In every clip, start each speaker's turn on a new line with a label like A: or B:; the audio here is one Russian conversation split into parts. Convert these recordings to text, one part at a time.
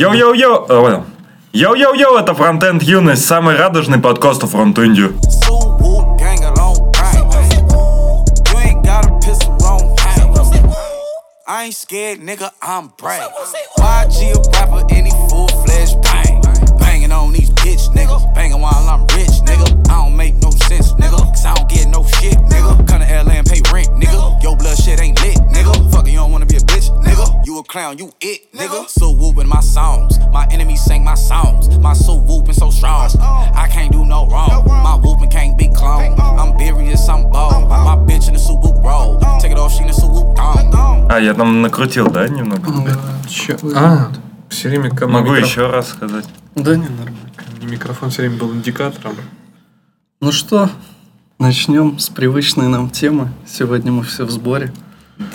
A: Йоу-йоу-йоу! э, ладно. Йоу-йоу-йоу, это Фронтенд Юность, самый радужный подкаст о фронтенде.
B: Sue Woo gang alone. Right. You ain't got a pistol wrong. Right. I ain't scared, nigga. I'm brave. "Oh." YG a rapper, any full fledged bang. Banging on these bitch niggas. Banging while I'm rich, nigga. I don't make no sense, nigga. Cause I don't get no shit, nigga. Come to LA and pay rent, nigga. Yo, blood shit ain't lit, nigga. Fuck it, you don't wanna be a bitch, nigga. You a clown, you it, nigga. So whooping my songs. My enemies sing my songs. My soul whooping so strong. I can't do no wrong. My whooping can't be cloned. I'm serious, I'm bold. My bitch in the Subaru roll. Take it off, she in the Subaru thong.
A: А, я там накрутил, да, немного?
C: Че? А, все время ко мне
A: Могу
C: микроф-
A: еще раз сказать.
D: Да не, нормально.
C: микрофон все время был индикатором.
D: Ну что, начнем с привычной нам темы. Сегодня мы все в сборе.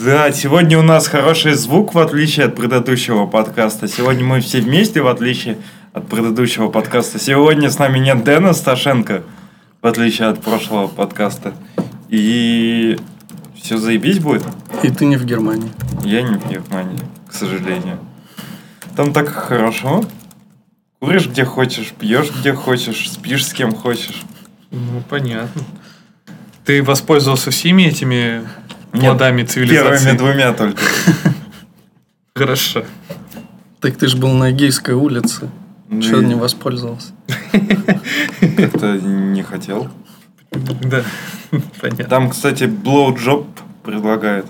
A: Да, сегодня у нас хороший звук, в отличие от предыдущего подкаста. Сегодня мы все вместе, в отличие от предыдущего подкаста. Сегодня с нами нет Дэна Сташенко, в отличие от прошлого подкаста. И все заебись будет.
D: И ты не в Германии.
A: Я не в Германии, к сожалению. Там так хорошо. Куришь где хочешь, пьешь где хочешь, спишь с кем хочешь.
C: Ну, понятно. Ты воспользовался всеми этими
A: Нет,
C: плодами цивилизации?
A: Первыми двумя только.
C: Хорошо.
D: Так ты ж был на Гейской улице.
A: Ну
D: Чего
A: и
D: не воспользовался?
A: Как-то не хотел.
C: Да, понятно.
A: Там, кстати, блоуджоп предлагают.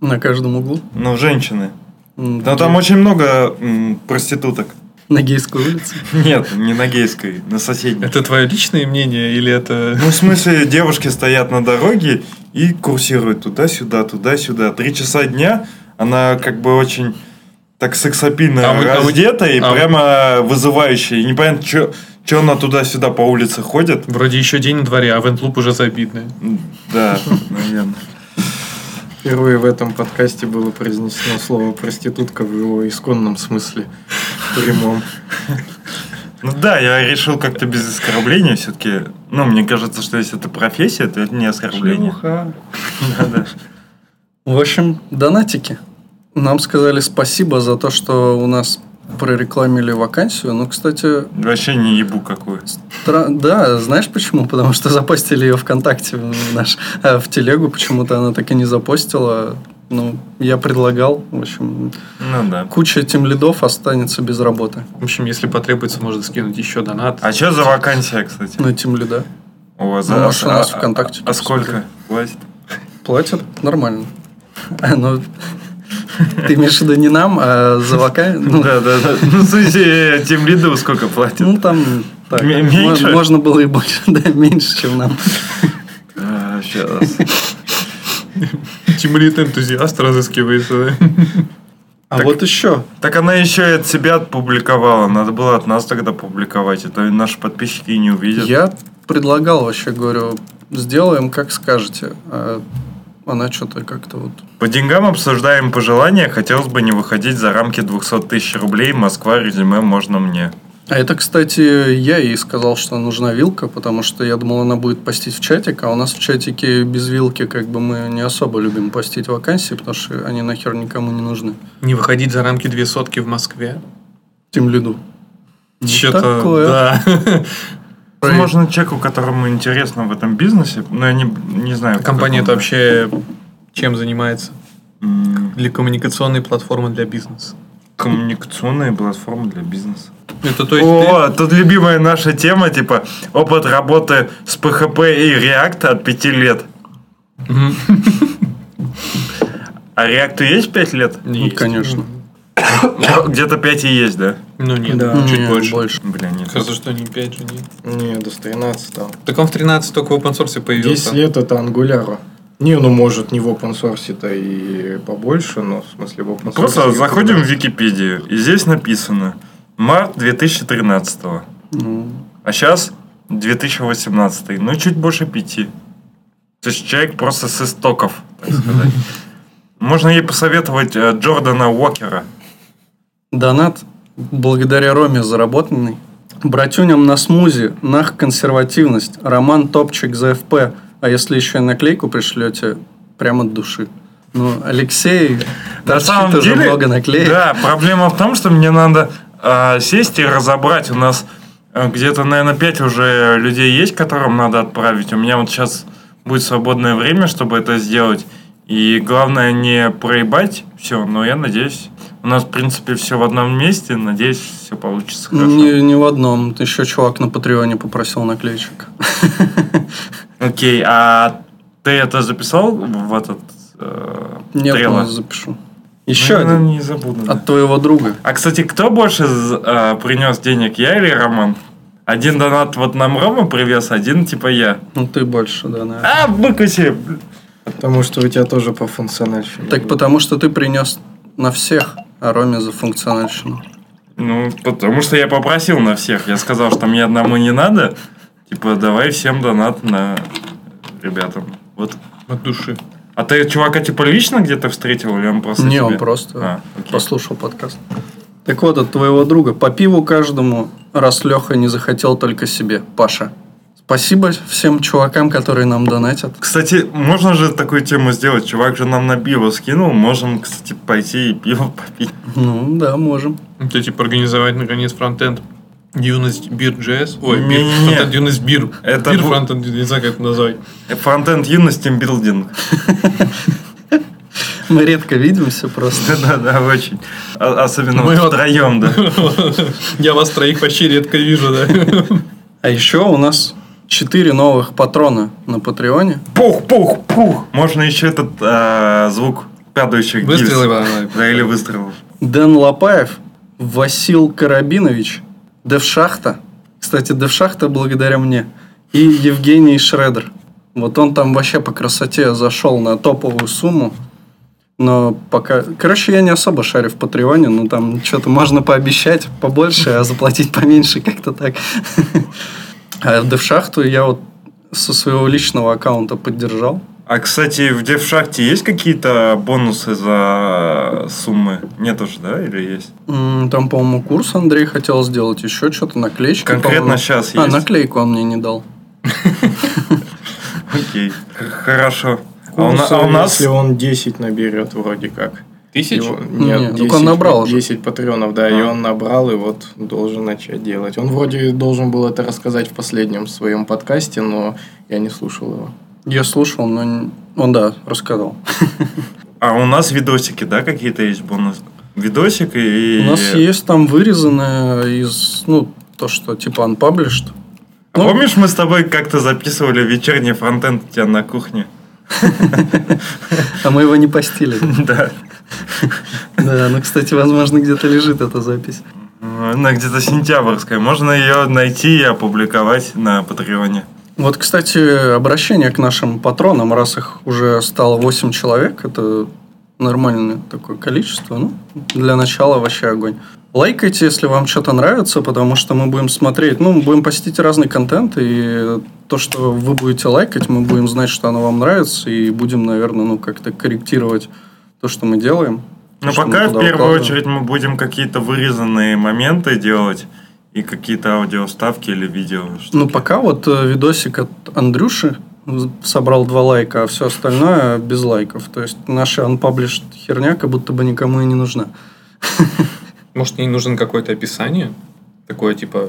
D: На каждом углу?
A: Ну, женщины.
D: М,
A: Но там очень много м, проституток.
D: На Гейской улице?
A: Нет, не на гейской, на соседней.
C: Это твое личное мнение или это...
A: Ну, в смысле, девушки стоят на дороге и курсируют туда-сюда, туда-сюда. Три часа дня она как бы очень так сексапильно
C: А вы- а вы-
A: раздета и
C: а вы-
A: прямо вызывающая. И непонятно, что она туда-сюда по улице ходит.
C: Вроде еще день на дворе, а вентлуп уже забитный.
A: М, Да, наверное.
E: Впервые в этом подкасте было произнесено слово проститутка в его исконном смысле. Прямом.
A: Ну да, я решил как-то без оскорбления все-таки. Ну, мне кажется, что если это профессия, то это не оскорбление.
D: В общем, донатики. Нам сказали спасибо за то, что у нас прорекламили вакансию. Ну, кстати,
A: Вообще не ебу какую.
D: Тра- Да, знаешь почему? Потому что запостили ее ВКонтакте в, наш, э, в телегу, почему-то она так и не запостила. Ну, я предлагал, в общем,
A: Ну да.
D: куча тем лидов останется без работы
C: В общем, если потребуется, можно скинуть еще донат.
A: А что за вакансия, кстати?
D: на Ну, тем лида.
A: У вас
D: Ну, может, у нас
A: а-
D: ВКонтакте
A: А сколько? Власть?
D: Платят нормально. А, Ну, ты имеешь в виду не нам, а за вака... Ну,
A: Да, да, да. Ну, в смысле, тем лидов сколько платят?
D: ну, там так.
A: М- меньше?
D: Мо- Можно было и больше, да, меньше, чем нам.
A: А, Сейчас.
C: Тимлит энтузиаст разыскивается. да?
D: А вот еще.
A: Так она еще и от себя отпубликовала. Надо было от нас тогда публиковать. Это наши подписчики и не увидят.
D: Я предлагал вообще, говорю, сделаем, как скажете. А она что-то как-то вот...
A: По деньгам обсуждаем пожелания. Хотелось бы не выходить за рамки 200 тысяч рублей. Москва, резюме можно мне.
D: А это, кстати, я ей сказал, что нужна вилка, потому что я думал, она будет постить в чатик, а у нас в чатике без вилки как бы мы не особо любим постить вакансии, потому что они нахер никому не нужны.
C: Не выходить за рамки две сотки в Москве.
D: Тем лиду. Ну,
C: Что-то,
D: такое.
C: да.
A: Возможно, Ну, человеку, которому интересно в этом бизнесе, но я не, не знаю. это
C: Компания-то А вообще чем занимается? Для коммуникационной платформы для бизнеса.
A: Коммуникационные платформы для бизнеса.
C: Это то есть ты-
A: О, тут любимая наша тема, типа опыт работы с PHP и React от 5 лет. А React есть 5 лет?
C: Не
D: Ну,
C: есть.
D: конечно.
A: Где-то 5 и есть, да?
C: Ну нет,
E: Да.
C: ну, чуть
D: Не,
C: больше.
A: Бля, нет.
C: Кажется, что не 5 же не.
E: Не, до 13 там.
C: Так он в 13 только в open source
E: 10
C: появился.
E: лет это ангуляру. Не, ну может не в open source то и побольше, но в смысле в open source.
A: Ну, Просто
E: никогда.
A: заходим в Википедию, и здесь написано март 2013.
D: Ну,
A: А сейчас 2018. Ну, чуть больше 5. То есть человек просто с истоков, так сказать. Можно ей посоветовать э, Джордана Уокера.
D: Донат, благодаря Роме заработанный. Братюням на смузи, нах консервативность, роман топчик за ФП, а если еще и наклейку пришлете, прямо от души. Ну, Алексей,
A: На
D: торчит
A: самом
D: уже
A: деле,
D: много наклеек.
A: Да, проблема в том, что мне надо э, а, сесть и разобрать. У нас а, где-то, наверное, 5 уже людей есть, которым надо отправить. У меня вот сейчас будет свободное время, чтобы это сделать. И главное не проебать все, но я надеюсь. У нас, в принципе, все в одном месте. Надеюсь, все получится хорошо.
D: Ну, Не, не в одном. Еще чувак на Патреоне попросил наклеечек.
A: Окей, а ты это записал в этот э,
D: Нет,
A: трейлер?
D: ну, запишу. Еще
A: Наверное,
D: один.
A: не забуду. да.
D: От твоего друга.
A: А кстати, кто больше з- э, принес денег, я или Роман? Один донат вот нам Рома привез, один типа я.
D: Ну, ты больше, да, наверное.
A: А, выкуси!
E: Потому что у тебя тоже по функциональщине.
D: Так потому что ты принес на всех, а Роме за функциональщину.
A: Ну, потому что я попросил на всех. Я сказал, что мне одному не надо. Типа, давай всем донат на ребятам. Вот.
C: От души.
A: А ты чувака типа лично где-то встретил или он просто
D: Не,
A: тебе?
D: он просто
A: А, окей.
D: послушал подкаст. Так вот, от твоего друга. По пиву каждому, раз Леха не захотел только себе. Паша. Спасибо всем чувакам, которые нам донатят.
A: Кстати, можно же такую тему сделать. Чувак же нам на пиво скинул. Можем, кстати, пойти и пиво попить.
D: Ну, да, можем.
C: Это типа организовать наконец фронтенд. Юность Бир JS. Ой, бир,
A: Не-не-не.
C: фронтенд Юность Бир.
A: Это
C: бир
A: бу-
C: фронтенд, не знаю, как это назвать.
A: Фронтенд юность тимбилдинг.
D: Мы редко видимся просто.
A: Да-да, очень. А- Особенно
C: Мы вот-
A: втроем, да.
C: Я вас троих вообще редко вижу, да.
D: А еще у нас четыре новых патрона на Патреоне.
A: Пух, пух, пух. Можно еще этот а, звук падающих гильз.
C: Выстрелы, да, да.
A: Да, или выстрелов.
D: Дэн Лопаев, Васил Карабинович, Девшахта. Кстати, Девшахта благодаря мне. И Евгений Шредер. Вот он там вообще по красоте зашел на топовую сумму. Но пока... Короче, я не особо шарю в Патреоне, но там что-то можно пообещать побольше, а заплатить поменьше как-то так. А Девшахту я вот со своего личного аккаунта поддержал.
A: А, кстати, в девшахте есть какие-то бонусы за суммы? Нет уже, да? Или есть?
D: М, Там, по-моему, курс Андрей хотел сделать, еще что-то, наклеечки.
A: Конкретно
D: по-моему.
A: щас
D: А,
A: есть.
D: наклейку он мне не дал.
A: Окей. Х- Хорошо. А у, на-
E: Курсы,
A: а у нас...
E: Если он 10 наберет, вроде как.
C: Тысяч?
E: Его-
D: Не,
E: Нет,
D: так он набрал уже.
E: 10 патреонов, да,
A: А.
E: и он набрал, и вот должен начать делать. Он вроде должен был это рассказать в последнем своем подкасте, но я не слушал его.
D: Я слушал, но не- он, да, рассказал.
A: А у нас видосики, да, какие-то есть бонусы? Видосик и...
D: У нас есть там вырезанное из, ну, то, что типа unpublished. Ну,
A: А Помнишь, мы с тобой как-то записывали вечерний фронтенд у тебя на кухне?
D: А мы его не постили.
A: Да.
D: Да, ну, кстати, возможно, где-то лежит эта запись.
A: Она Э, где-то сентябрьская. Можно ее найти и опубликовать на Патреоне.
D: Вот, кстати, обращение к нашим патронам, раз их уже стало 8 человек, это нормальное такое количество, ну, для начала вообще огонь. Лайкайте, если вам что-то нравится, потому что мы будем смотреть, ну, мы будем постить разный контент, и то, что вы будете лайкать, мы будем знать, что оно вам нравится, и будем, наверное, ну, как-то корректировать то, что мы делаем. то,
A: Но
D: А что мы
A: Ну, пока в
D: туда
A: первую
D: выкладываем.
A: очередь мы будем какие-то вырезанные моменты делать и какие-то аудиоставки или видео. штуки.
D: Ну, пока вот э, видосик от Андрюши з- собрал два лайка, а все остальное без лайков. То есть наша unpublished херня как будто бы никому и не нужна.
C: Может, ей нужно какое-то описание? Такое, типа,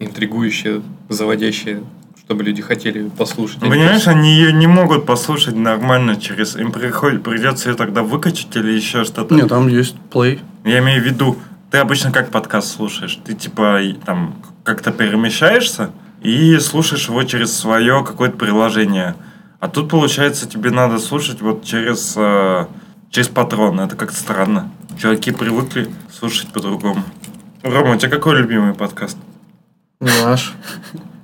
C: интригующее, заводящее, чтобы люди хотели послушать.
A: Ну, Понимаешь, они ее не могут послушать нормально через... Им приход- придется ее тогда выкачать или еще что-то.
D: Нет, там есть плей.
A: Я имею в виду, ты обычно как подкаст слушаешь? Ты типа и- там как-то перемещаешься и слушаешь его через свое какое-то приложение. А тут, получается, тебе надо слушать вот через, э, через патрон. Это как-то странно. Чуваки привыкли слушать по-другому. Рома, у тебя какой любимый подкаст?
E: Наш.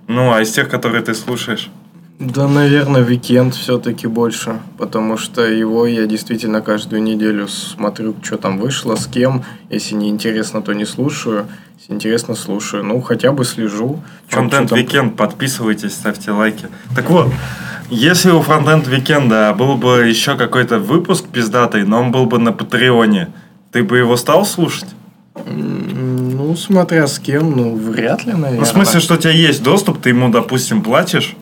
A: Ну, а из тех, которые ты слушаешь?
E: Да, наверное, Викенд все-таки больше, потому что его я действительно каждую неделю смотрю, что там вышло, с кем. Если не интересно, то не слушаю. Если интересно, слушаю. Ну, хотя бы слежу. Там чё
A: Фронтенд
E: там
A: Викенд, подписывайтесь, ставьте лайки. Так вот, если у Фронтенд Викенда был бы еще какой-то выпуск пиздатый, но он был бы на Патреоне, ты бы его стал слушать?
E: М, Ну, смотря с кем, ну, вряд ли, наверное.
A: Ну, в смысле, что у тебя есть доступ, ты ему, допустим, платишь,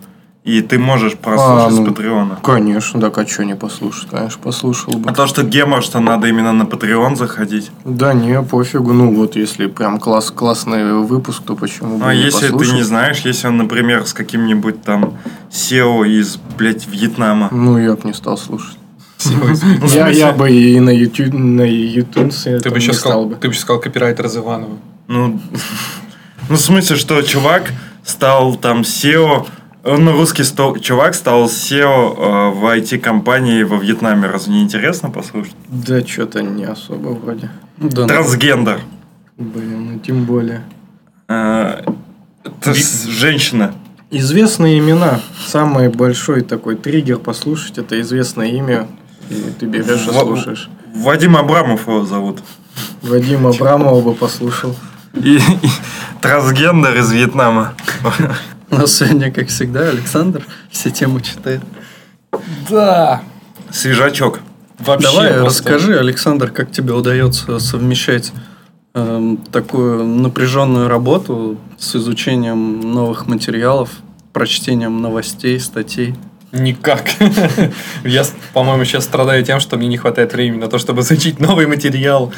A: И ты можешь прослушать
E: А, ну.
A: с Патреона.
E: Конечно, да, а что не послушать? Конечно, послушал бы.
A: А то, что гемор, что надо именно на Патреон заходить.
E: Да не, пофигу. Ну вот, если прям класс, классный выпуск, то почему бы
A: Ну, а
E: не
A: если
E: послушать?
A: ты не знаешь, если он, например, с каким-нибудь там SEO из, блядь, Вьетнама.
E: Ну, я бы не стал слушать.
A: Ну, в
E: Я,
A: смысле?
E: я бы и на YouTube, на YouTube
C: Ты бы,
E: не
C: сейчас
E: стал
C: сказал,
E: бы.
C: ты бы сейчас сказал копирайтер из Иванова.
A: Ну, ну, в смысле, что чувак стал там SEO, э, ну, русский стол- чувак стал SEO э, в IT-компании во Вьетнаме. Разве не интересно послушать?
E: Да что-то не особо вроде.
D: Да,
A: Трансгендер.
E: Блин, ну тем более.
A: Э, Это с- женщина.
E: Известные имена. Самый большой такой триггер послушать это известное имя. И ты берешь и
A: Во-
E: слушаешь.
A: Вадим Абрамов его зовут.
E: Вадим Абрамова бы послушал.
A: И, и трансгендер из Вьетнама.
D: у нас сегодня, как всегда, Александр все темы читает.
C: Да.
A: Свежачок.
C: Вообще
D: Давай
C: просто.
D: расскажи, Александр, как тебе удается совмещать эм, такую напряженную работу с изучением новых материалов, прочтением новостей, статей.
C: Никак. Я, по-моему, сейчас страдаю тем, что мне не хватает времени на то, чтобы изучить новый материал.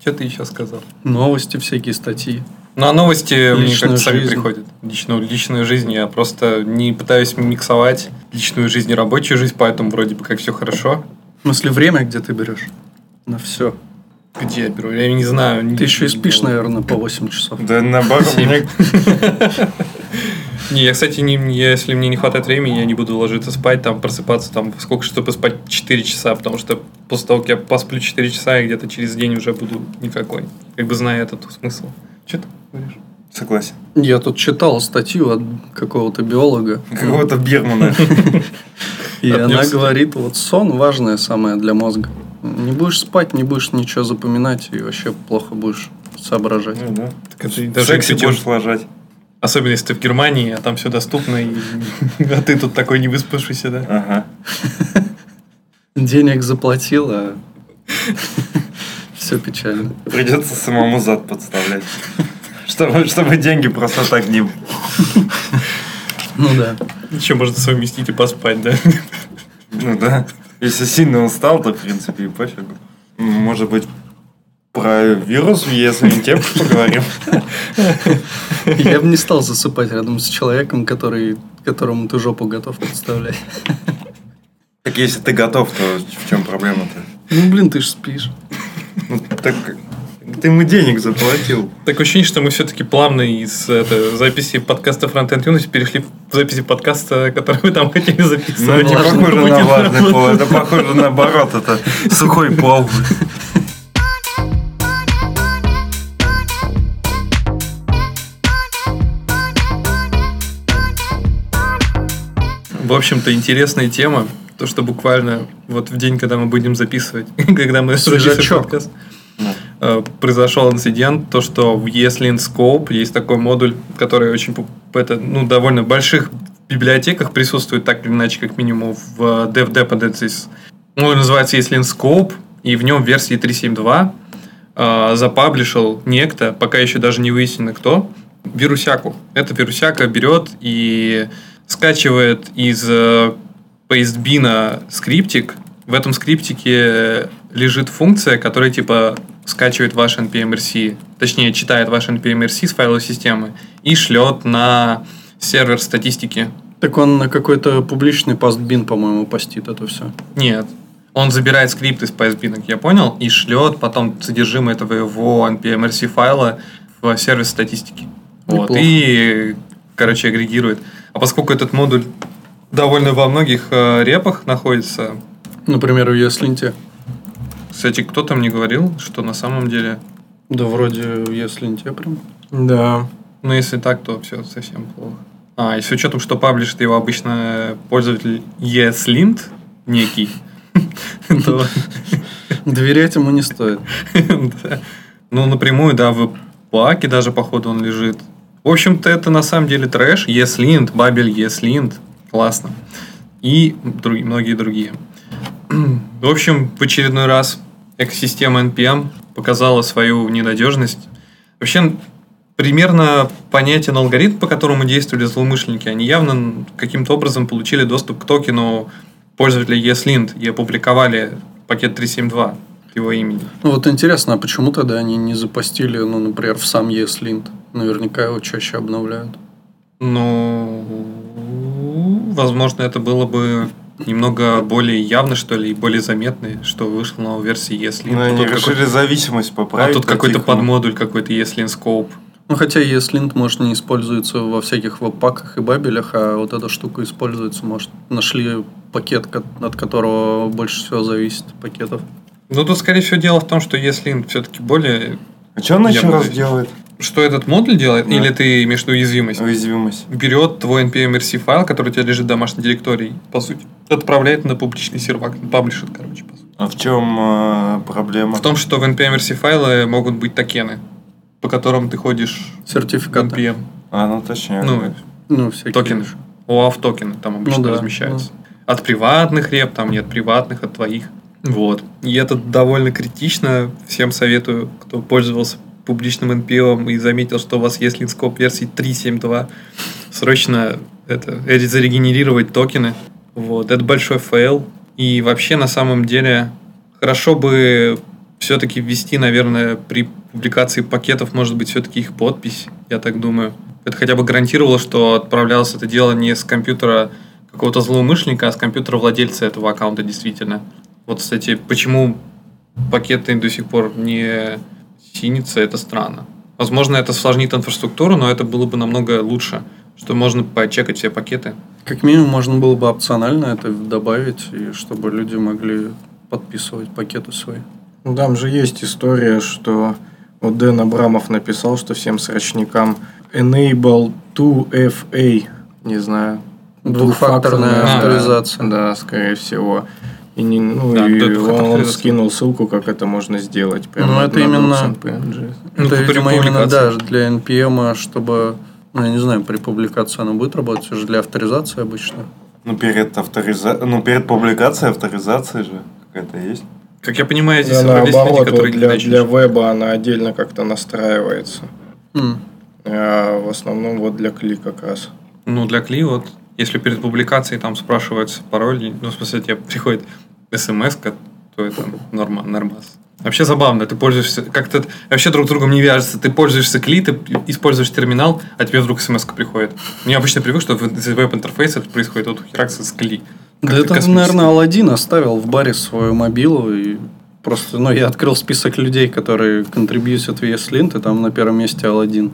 C: Что ты еще сказал?
D: Новости, всякие статьи.
C: Ну, а новости мне
D: Личную
C: как-то сами
D: жизнь.
C: приходят. Личную, личную жизнь. Я просто не пытаюсь миксовать личную жизнь и рабочую жизнь, поэтому вроде бы как все хорошо.
D: В смысле, время, где ты берешь? На все.
C: Где я беру? Я не знаю.
D: Ты еще и спишь,
C: наверное.
D: наверное, по 8 часов.
A: Да наоборот, мне-
C: Не, я, кстати, не, я, если мне не хватает времени, я не буду ложиться спать, там, просыпаться, там, во сколько, чтобы спать 4 часа, потому что после того, как я посплю 4 часа, я где-то через день уже буду никакой. Как бы зная этот смысл. Че ты говоришь?
A: согласен.
D: Я тут читал статью от какого-то биолога,
A: Какого-то Бирмана.
D: и
C: Отнёсся.
D: она говорит, вот сон важное самое для мозга. Не будешь спать, не будешь ничего запоминать, и вообще плохо будешь соображать.
A: Ну да.
C: Так это
A: В
C: даже
A: сексе
C: если
A: будешь
C: будешь-
A: ложать.
C: Особенно если ты в Германии, а там все доступно, и... а ты тут такой не выспавшийся, да?
A: Ага.
D: Денег заплатил, а все печально.
A: Придется самому зад подставлять. Чтобы, чтобы деньги просто так не...
D: Ну да.
C: Еще можно совместить и поспать, да?
A: Ну да. Если сильно устал, то в принципе и пофигу. М, Может быть, про вирус, если не тем поговорим.
D: Я бы не стал засыпать рядом с человеком, который, которому ты жопу готов подставлять.
A: Так если ты готов, то в чем проблема-то?
D: Ну блин, ты ж спишь.
A: Ну, так ты ему денег заплатил.
C: Такое ощущение, что мы все-таки плавно из это, записи подкаста Frontend Юность перешли в записи подкаста, который вы там хотели записать.
A: Ну, не
D: Влажный
A: похоже на
D: будет
A: влажный
D: работать.
A: пол, это похоже наоборот, это сухой пол.
C: В общем-то, интересная тема. То, что буквально вот в день, когда мы будем записывать, когда мы записываем
D: Свежачок.
C: подкаст, э, произошел инцидент, то, что в ESLint Scope есть такой модуль, который очень, поп- это, ну, довольно больших библиотеках присутствует, так или иначе, как минимум, в э, Dev Dependencies. Ну, он называется ESLint Scope, и в нем версии 3.7.2 э, запаблишил некто, пока еще даже не выяснено кто, вирусяку. Эта вирусяка берет и скачивает из э, пейстбина скриптик. В этом скриптике лежит функция, которая типа скачивает ваш npmrc, точнее читает ваш npmrc с файловой системы и шлет на сервер статистики.
D: Так он на какой-то публичный пастбин, по-моему, постит это все.
C: Нет. Он забирает скрипт из PSBin, я понял, и шлет потом содержимое этого его NPMRC файла в сервис статистики. Вот.
D: Неплохо.
C: И, короче, агрегирует. А поскольку этот модуль довольно во многих э, репах находится,
D: Например, в ESLint.
C: кстати, кто-то мне говорил, что на самом деле,
D: Да вроде в ESLint прям.
E: Да.
C: ну, если так, то все совсем плохо. А, и с учетом, что паблишит его обычно пользователь ESLint некий, то
D: Доверять ему не стоит.
C: Да. Ну, напрямую, да, в паке даже, походу, он лежит. В общем-то, это на самом деле трэш. Еслинт, Бабель, Еслинт. Классно. И друг- многие другие. В общем, в очередной раз экосистема NPM показала свою ненадежность. Вообще, примерно понятен алгоритм, по которому действовали злоумышленники. Они явно каким-то образом получили доступ к токену пользователя ESLint и опубликовали пакет 372 его имени.
D: Ну вот интересно, а почему тогда они не запостили, ну, например, в сам ESLint? Наверняка его чаще обновляют.
C: Ну, возможно, это было бы немного более явно, что ли, и более заметно, что вышла новая версия ESLint.
A: Ну,
C: А
A: они
C: тут
A: решили
C: какой-то-
A: зависимость
C: а
A: поправить.
C: тут какой-то
A: по-тихому.
C: подмодуль, какой-то ESLint Scope.
D: Ну, хотя ESLint, может, не используется во всяких веб-паках и бабелях, а вот эта штука используется, может, нашли пакет, ко- от которого больше всего зависит пакетов.
C: Ну, тут, скорее всего, дело в том, что ESLint все-таки более...
A: А что она
C: Я
A: еще
C: бы-
A: раз делает?
C: Что этот модуль делает?
A: Да.
C: Или ты имеешь в виду уязвимость?
A: Уязвимость.
C: берет твой npmrc файл, который у тебя лежит в домашней директории, по сути, отправляет на публичный сервак, на паблишит, короче, по сути.
A: А в чем проблема?
C: В том, что в npmrc файлы могут быть токены, по которым ты ходишь в
D: Сертификаты.
C: npm.
A: А, ну точнее.
C: Ну,
D: Ну, всякие.
C: токены же. OAuth токены там обычно
D: Ну да,
C: размещаются. От приватных реп, там нет приватных, от твоих. Вот. И это довольно критично. Всем советую, кто пользовался публичным NPM и заметил, что у вас есть линскоп версии 3.7.2, срочно это, э, зарегенерировать токены. Вот. Это большой фейл. И вообще, на самом деле, хорошо бы все-таки ввести, наверное, при публикации пакетов, может быть, все-таки их подпись, я так думаю. Это хотя бы гарантировало, что отправлялось это дело не с компьютера какого-то злоумышленника, а с компьютера владельца этого аккаунта действительно. Вот, кстати, почему пакеты до сих пор не синится, это странно. Возможно, это осложнит инфраструктуру, но это было бы намного лучше, что можно почекать все пакеты.
D: Как минимум, можно было бы опционально это добавить, и чтобы люди могли подписывать пакеты свои.
E: Ну, Там же есть история, что вот Дэн Абрамов написал, что всем срочникам enable 2FA, не знаю.
D: Двухфакторная А,
E: двухфакторная,
D: авторизация.
E: Да, да, скорее всего. И, не, ну,
C: Да,
E: и
C: кто это
E: он,
C: авторизация?
E: скинул ссылку, как это можно сделать.
D: Ну, это именно-
E: PNG.
C: Ну,
D: это,
C: при
D: видимо, именно да,
C: публикации.
D: для NPM, а чтобы, ну, я не знаю, при публикации оно будет работать, это же для авторизации обычно.
A: Ну, перед авториза... ну, перед публикацией авторизация же какая-то есть.
C: Как я понимаю, здесь
E: Да,
C: собрались люди,
E: наоборот, вот
C: которые
E: для,
C: не
E: для веба она отдельно как-то настраивается.
D: М.
E: А в основном вот для кли как раз.
C: Ну, для Кли вот, если перед публикацией там спрашиваются пароль, ну, в смысле, тебе приходит смс, то это норма, нормас. Вообще забавно, ты пользуешься, как-то это вообще друг с другом не вяжется. Ты пользуешься кли, ты используешь терминал, а тебе вдруг смс приходит. Ну, Я обычно привык, что в веб-интерфейсе это происходит вот у Херакса с кли.
D: Да
C: Как-то
D: это,
C: космически.
D: наверное, Алладин оставил в баре свою мобилу и просто, ну, я открыл список людей, которые контрибьютят в ESLint, и там на первом месте Алладин.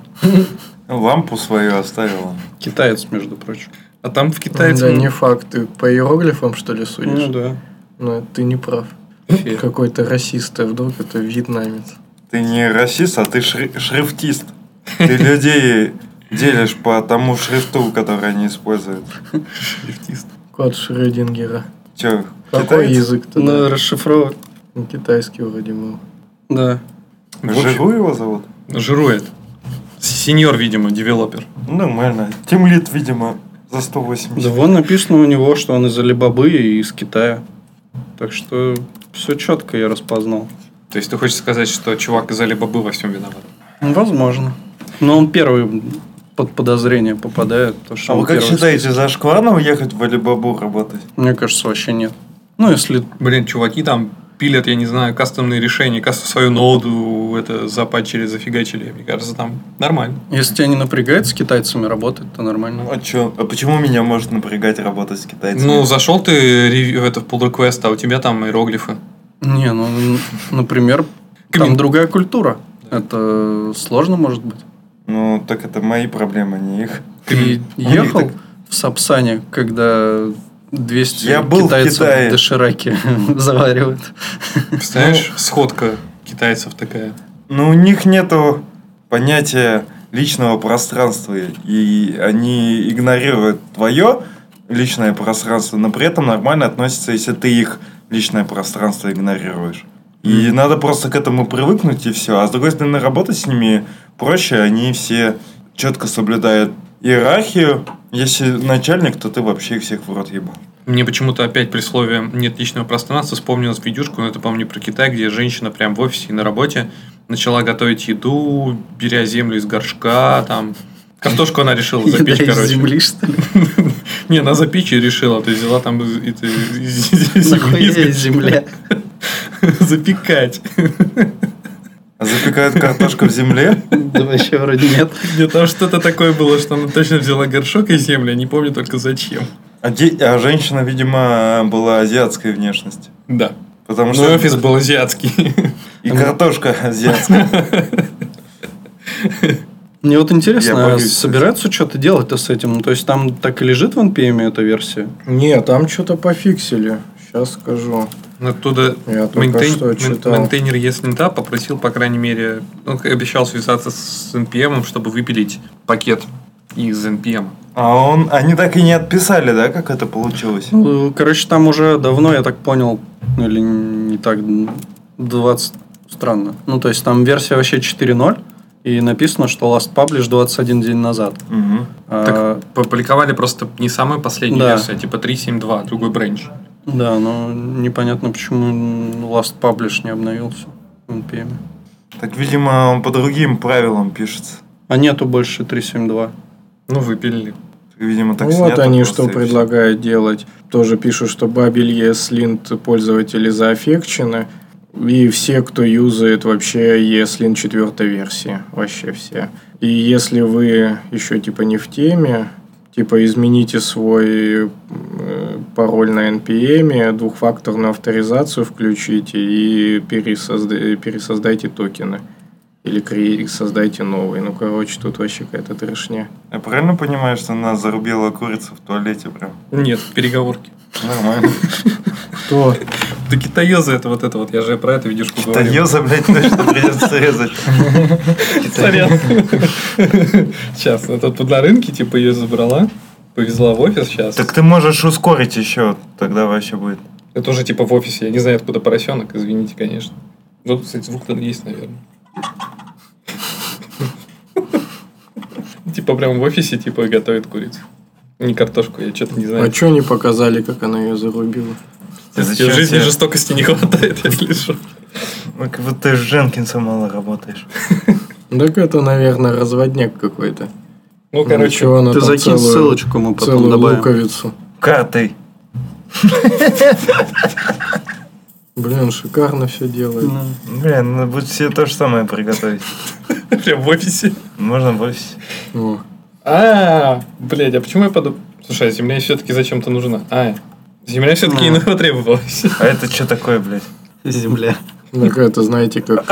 A: Ну, Лампу свою оставила.
D: Китаец, между прочим.
C: А там в Китае...
E: Да, не факт. Ты по иероглифам, что ли, судишь?
D: Ну, да.
E: Ну, ты не прав.
C: Фе.
E: Какой-то расист, а вдруг это вьетнамец.
A: Ты не расист, а ты шри- шрифтист. Ты людей делишь по тому шрифту, который они используют.
C: Шрифтист.
E: Кот Шрёдингера.
A: Че,
E: Какой язык-то?
D: Ну, расшифровывать,
E: Ну, Китайский вроде был.
D: да.
C: В общем-
A: Жиру его зовут?
C: Жирует. Сеньор, видимо, девелопер.
A: Ну, Нормально. Тимлит, видимо, за 180.
D: Да вон написано у него, что он из Алибабы и из Китая. Так что все четко я распознал.
C: То есть ты хочешь сказать, что чувак из Алибабы во всем виноват?
D: Ну, Возможно. Но он первый под подозрение попадает. потому что
A: А
D: он
A: вы как
D: первый.
A: считаете, зашкварно уехать в Алибабу работать?
D: Мне кажется, вообще нет. Ну, если...
C: Блин, чуваки там пилят, я не знаю, кастомные решения, кастом свою ноду, это запачили, зафигачили. Мне кажется, там нормально.
D: Если тебя не напрягает с китайцами работать, то нормально.
A: А чё? А почему меня может напрягать работать с китайцами?
C: Ну, зашел ты рев- в это в pull request, а у тебя там иероглифы.
D: Не, ну, н- например, там
C: Коммен-
D: другая культура. Это сложно, может быть.
A: Ну, так это мои проблемы, не их.
D: Ты
C: У них
D: ехал
C: так-
D: в Сапсане, когда 200
A: Я был в
D: китайцев
A: Китае.
D: дошираки заваривают?
C: Представляешь, сходка китайцев такая.
A: Ну, у них нету понятия личного пространства, и они игнорируют твое личное пространство, но при этом нормально относятся, если ты их личное пространство игнорируешь. И надо просто к этому привыкнуть, и все. А с другой стороны, работать с ними проще, они все четко соблюдают иерархию. Если начальник, то ты вообще их всех в рот ебал.
C: Мне почему-то опять при слове «нет личного пространства» вспомнилась видюшка, но это, по-моему, не про Китай, где женщина прям в офисе и на работе начала готовить еду, беря землю из горшка, там. Картошку она решила
D: Еда
C: запечь,
D: из
C: короче.
D: земли, что ли?
C: Не, она запечь и решила, то есть взяла там из- это, из- из- из-
D: Нахуя
C: из-
D: из земля?
C: запекать.
A: А Запекают картошку в земле?
D: Да вообще вроде нет.
C: Не, там что-то такое было, что она точно взяла горшок и землю, я не помню только зачем.
A: А, де- а женщина, видимо, была азиатской внешности.
C: Да.
A: Потому
C: Ну,
A: что...
C: офис был азиатский.
A: И картошка азиатская.
D: Мне вот
A: Я
D: интересно, а
A: боюсь, кстати.
D: собираются что-то делать-то с этим? Ну, То есть там так и лежит в NPM эта версия?
E: Не, там что-то пофиксили. Сейчас скажу.
C: Оттуда
E: Я только
C: мейнтейн-
E: что
C: мен-
E: читал.
C: мейнтейнер Еснинта попросил, по крайней мере, он обещал связаться с NPM, чтобы выпилить пакет из NPM.
A: А он... Они так и не отписали, да, как это получилось?
D: Ну, Короче, там уже давно, я так понял, ну или не так, 20... Странно. Ну, то есть там версия вообще 4.0, и написано, что last publish 21 день назад.
A: Мгм.
D: А,
C: Публиковали просто не самую последнюю
D: Да.
C: версию, а типа 3.7.2, другой бренч.
D: да, но непонятно, почему last publish не обновился в NPM.
A: Так, видимо, он по другим правилам пишется.
D: А нету больше 3.7.2.
C: Ну, выпилили.
A: Видимо, так
E: Ну, вот
A: снято
E: они
A: просто
E: что
A: и всё.
E: предлагают делать. Тоже пишут, что бабелье слинт пользователи зафекчены. И все, кто юзает вообще ESLint четвертой версии. Вообще все. И если вы еще типа не в теме, типа измените свой э, пароль на NPM, двухфакторную авторизацию включите и пересозда- пересоздайте токены. Или кре- создайте новый. Ну, короче, тут вообще какая-то трешня.
A: Я правильно понимаю, что нас зарубила курица в туалете прям?
C: Нет, переговорки.
A: Нормально.
E: Кто
C: Да китаёза это вот это вот, я же про это видюшку
A: Да
C: говорил.
A: ёза, блядь, точно придется резать.
C: Сорян. Сейчас, а тут на рынке, типа, ее забрала, повезла в офис сейчас.
A: Так ты можешь ускорить еще, тогда вообще будет.
C: Это уже типа в офисе, я не знаю, откуда поросенок, извините, конечно. Ну, кстати, звук там есть, наверное. Типа прям в офисе, типа, готовит курицу. Не картошку, я что-то не
E: А
C: знаю.
E: что не показали, как она ее зарубила?
A: Ты
C: Тебе
A: зачем
C: в жизни
A: тебе-
C: жестокости не хватает, я слышу.
A: Ну, как будто ты с Дженкинсом мало работаешь.
E: Так это, наверное, разводняк какой-то.
C: Ну, короче,
E: Ничего, она
D: Ты
E: там
D: закинь
E: целую-
D: ссылочку, мы потом
E: Целую
D: добавим.
E: луковицу.
A: Картой.
E: Блин, шикарно все делает.
A: Блин, надо будет себе ну, то же самое приготовить.
C: прям в офисе.
A: Можно в офисе.
E: О.
C: А, блядь, а почему я подумал? Слушай, а земля все-таки зачем-то нужна. А, земля все-таки и потребовалась.
A: А это что такое, блядь?
D: Земля.
E: Так это, знаете, как,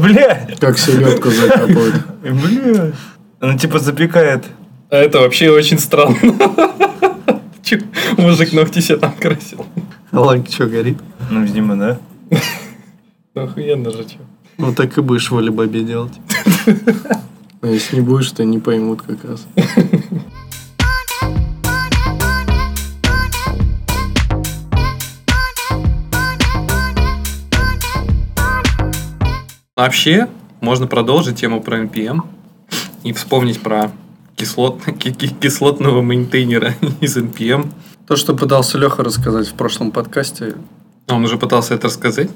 A: Бля!
E: как селедку закапывают.
A: Бля! Ну, типа запекает.
C: А это вообще очень странно. Чё, Мужик ногти себе там красил.
D: Лак что, горит?
A: Ну, видимо, да.
C: Ну, Охуенно же, чё.
D: Ну так и будешь волебабе делать.
E: А если не будешь, то не поймут как раз.
C: Вообще, можно продолжить тему про NPM и вспомнить про кислот, ки- ки- кислотного мейнтейнера из NPM.
D: То, что пытался Леха рассказать в прошлом подкасте,
C: А Он уже пытался это рассказать.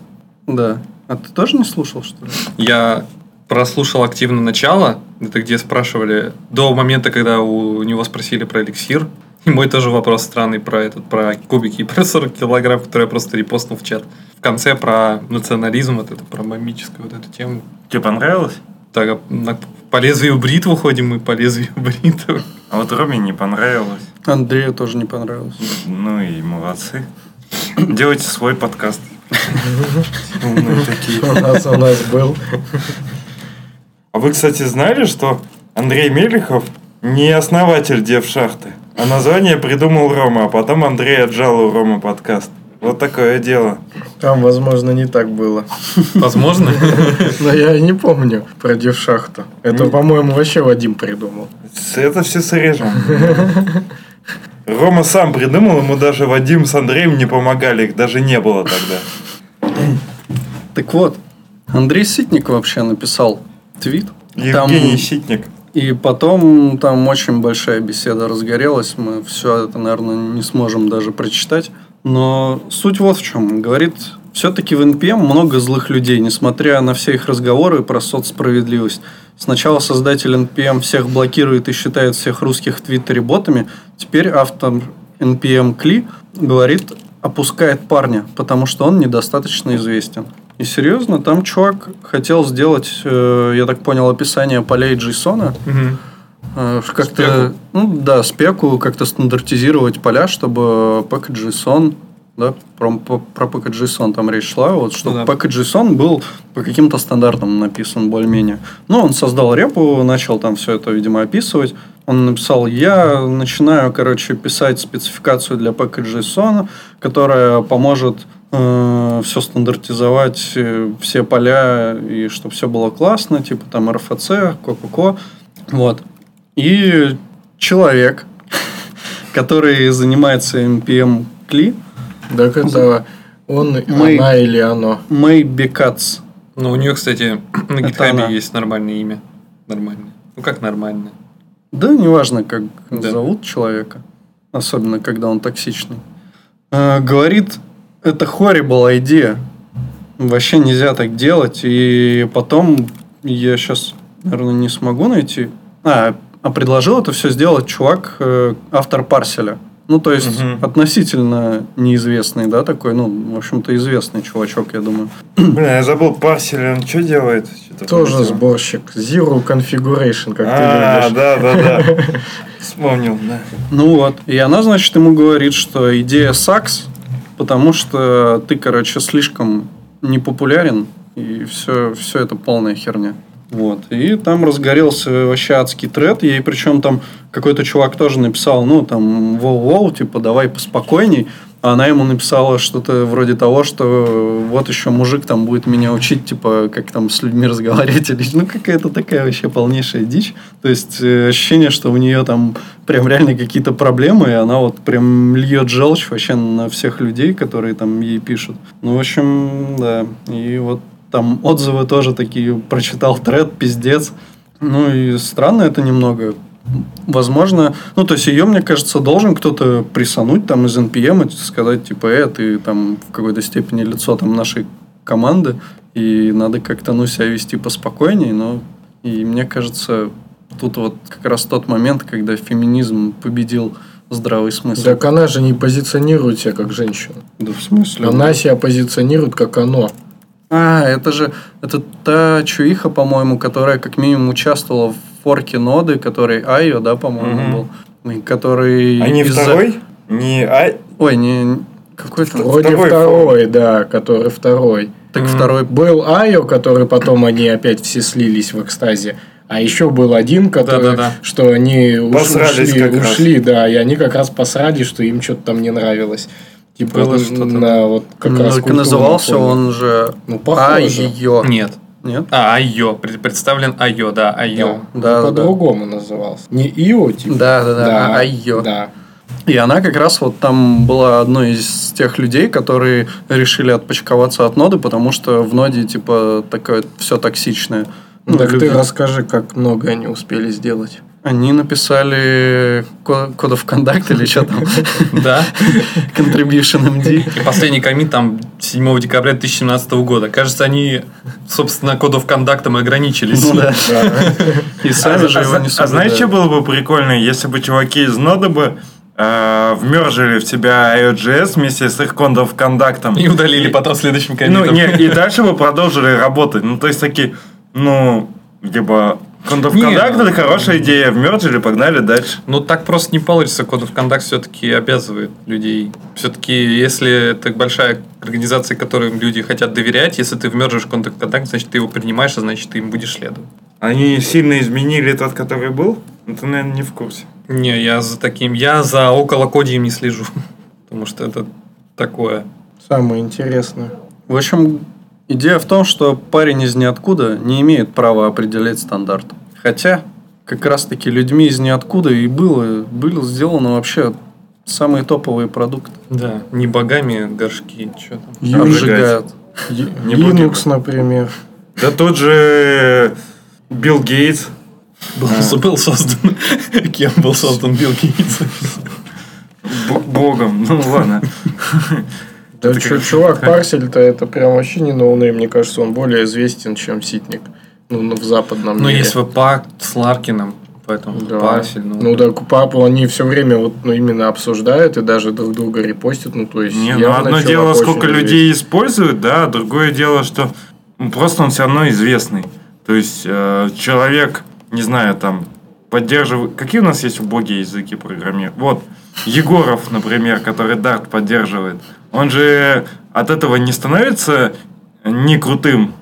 D: да. А ты тоже не слушал, что ли?
C: Я прослушал активно начало, это где спрашивали до момента, когда у него спросили про эликсир. И мой тоже вопрос странный про этот, про кубики и про 40 килограмм, который я просто репостнул в чат. В конце про национализм, вот это, про мамическую вот эту тему.
A: Тебе понравилось?
C: Так, на- по лезвию бритву ходим мы, по лезвию бритвы.
A: А вот Роме не понравилось.
D: Андрею тоже не понравилось.
A: Ну и молодцы. Делайте свой подкаст. Умные такие.
E: У нас, у нас был.
A: А вы, кстати, знали, что Андрей Мелихов не основатель Девшахты, а название придумал Рома, а потом Андрей отжал у Рома подкаст. Вот такое дело.
E: Там, возможно, не так было.
C: Возможно.
E: Но я не помню про девшахту.
D: Ну.
E: Это, по-моему, вообще Вадим придумал.
A: С- Это все срежем. Рома сам придумал, ему даже Вадим с Андреем не помогали, их даже не было тогда.
D: Так вот, Андрей Ситник вообще написал твит. Там-
A: Евгений Щитник.
D: И потом там очень большая беседа разгорелась. Мы все это, наверное, не сможем даже прочитать. Но суть вот в чем. Говорит Все-таки в НПМ много злых людей, несмотря на все их разговоры про соцсправедливость. Сначала создатель НПМ всех блокирует и считает всех русских в Твиттере ботами, теперь автор НПМ Кли говорит, опускает парня, потому что он недостаточно известен. И серьезно, там чувак хотел сделать, э, я так понял, описание полей Джейсона,
C: Мгм.
D: э, как-то, ну да, спеку как-то стандартизировать поля, чтобы PKJSON, да, про, про про PKJSON там речь шла, вот, чтобы
C: Ну да.
D: PKJSON был по каким-то стандартам написан более-менее. Ну, он создал репу, начал там все это, видимо, описывать. Он написал, я начинаю, короче, писать спецификацию для PKJSON, которая поможет все стандартизовать, э, все поля, и чтобы все было классно, типа там RFC, ко-ко-ко. Вот. И человек, который занимается MPM Кли,
E: Так это он,
D: Мы-
E: она или оно.
D: Мэй Бекац.
C: Ну, у нее, кстати,
D: Это
C: на
D: она.
C: гитхабе есть нормальное имя. Нормальное. Ну, как нормальное?
D: Да, неважно, как
C: Да.
D: зовут человека, особенно когда он токсичный. Э, говорит, это horrible идея. Вообще нельзя так делать. И потом я сейчас, наверное, не смогу найти. А, а предложил это все сделать чувак, э, автор парселя. Ну, то есть,
A: Мгм.
D: относительно неизвестный, да, такой, ну, в общем-то, известный чувачок, я думаю.
A: Блин, я забыл, парсель, он что делает? Чё-то
E: Тоже
A: хотел.
E: сборщик. Zero Configuration, как
A: А,
E: ты любишь.
A: да, да, да. Вспомнил, да.
D: Ну вот. И она, значит, ему говорит, что идея сакс, потому что ты, короче, слишком непопулярен, и все, все это полная херня. Вот. И там разгорелся вообще адский тред. Ей причем там какой-то чувак тоже написал, ну, там, воу-воу, типа, давай поспокойней. А она ему написала что-то вроде того, что вот еще мужик там будет меня учить, типа, как там с людьми разговаривать. или- Ну, какая-то такая вообще полнейшая дичь. То есть, э, ощущение, что у нее там прям реально какие-то проблемы, и она вот прям льет желчь вообще на всех людей, которые там ей пишут. Ну, в общем, да. И вот там отзывы тоже такие, прочитал тред, пиздец. Ну и странно это немного. Возможно, ну то есть ее, мне кажется, должен кто-то присануть там из NPM и сказать, типа, э, ты там в какой-то степени лицо там нашей команды, и надо как-то, ну, себя вести поспокойнее, но и мне кажется, тут вот как раз тот момент, когда феминизм победил здравый смысл.
E: Так она же не позиционирует себя как женщина.
D: Да в смысле?
E: Она себя позиционирует как оно.
D: А, это же это та чуиха, по-моему, которая как минимум участвовала в форке ноды, который Айо, да, по-моему,
A: Мгм.
D: был. И который...
A: А не
D: из-за-
A: второй? Не, а...
D: Ой, не... Какой там?
E: Вроде
A: Второй
E: второй, да, который второй.
D: Так
C: Мгм.
D: второй...
E: Был Айо, который потом они опять все слились в экстазе. А еще был один, который,
C: Да-да-да.
E: что они уш-
A: Посрались
E: ушли,
A: как раз.
E: ушли, да, и они как раз посрали, что им что-то там не нравилось. Типа
C: Было
E: н-
C: что-то,
E: на
C: да.
E: вот как
D: Ну,
E: раз
D: так и
E: культурном
D: назывался
E: фоне.
D: он же...
E: Ну, похоже.
D: Айо.
C: Нет.
D: Нет?
C: А, Айо. Пред- Представлен Айо, да, Айо.
D: Да,
E: Да,
D: да, да.
E: по-другому назывался. Не Ио, типа.
D: Да, да, да. Айо.
E: Да.
D: И она как раз вот там была одной из тех людей, которые решили отпочковаться от ноды, потому что в ноде, типа, такое все токсичное. Ну,
E: так
D: люди-
E: ты расскажи, как много они успели сделать.
D: Они написали ко- Code of Conduct или что там,
C: Да.
D: Contribution MD.
C: И последний комит там 7 декабря 2017 года. Кажется, они, собственно, кодов кондактом и ограничились.
D: Ну да.
E: Да.
D: И сами
A: а,
D: же
A: а-
D: его не
A: а знаешь, что
D: соблюдают.
A: было бы прикольно, если бы чуваки из Нода бы э, вмержили в тебя IOGS вместе с их кондов кондактом?
C: И удалили потом следующим комитом.
A: Ну, не, и дальше бы продолжили работать. Ну, то есть такие, ну, типа, кондов
C: Не.
A: кондакт это хорошая идея, вмержили, погнали дальше.
C: Ну так просто не получится. Код of Conduct все-таки обязывает людей. Все-таки, если это большая организация, которой люди хотят доверять, если ты вмержишь Code of Conduct, значит, ты его принимаешь, а значит, ты им будешь следовать.
A: Они сильно изменили тот, который был? Ну, ты, наверное, не в курсе.
C: Не, я за таким... Я за около кодием не слежу. Потому что это такое.
E: Самое интересное.
D: В общем, идея в том, что парень из ниоткуда не имеет права определять стандарт. Хотя, как раз-таки людьми из ниоткуда и было, были сделаны вообще самые топовые продукты.
C: Да. Не богами горшки, что
A: Обжигает.
C: там.
D: Обжигают.
E: Е-
A: Не будем.
E: Linux, например.
A: Да тот же э, Билл Гейтс.
C: Был, был создан... Кем был создан Билл Гейтс?
A: Б- богом. Ну ладно.
E: Да чё, чувак, парсель-то это прям вообще не ноунейм, мне кажется, он более известен, чем Ситник. Ну, ну, в западном
C: Ну,
E: мире.
C: есть ВПАК с Ларкиным, поэтому
E: Да.
C: Пасель, ну,
E: Ну да, Папу они все время вот ну, именно обсуждают и даже друг друга репостят. Ну, то есть,
A: Не, ну
E: явно
A: одно
E: чувак
A: дело,
E: очень
A: сколько
E: известен.
A: людей используют, да, а другое дело, что ну, просто он все равно известный. То есть э, человек, не знаю, там, поддерживает... Какие у нас есть убогие языки программирования? Вот, Егоров, например, который Dart поддерживает. Он же от этого не становится не крутым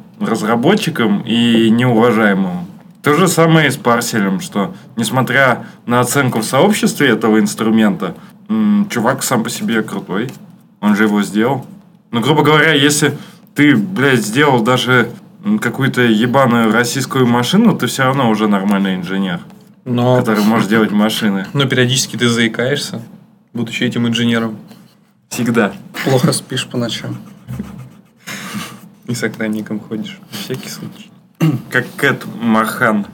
A: разработчиком и неуважаемым. То же самое и с парселем, что несмотря на оценку в сообществе этого инструмента, м, чувак сам по себе крутой. Он же его сделал. Ну, грубо говоря, если ты, блядь, сделал даже м, какую-то ебаную российскую машину, ты все равно уже нормальный инженер,
C: но,
A: который может делать машины.
C: но ну, периодически ты заикаешься, будучи этим инженером.
A: Всегда.
D: Плохо спишь по ночам.
C: И с охранником ходишь. На Всякий случай.
A: Как Кэт Махан.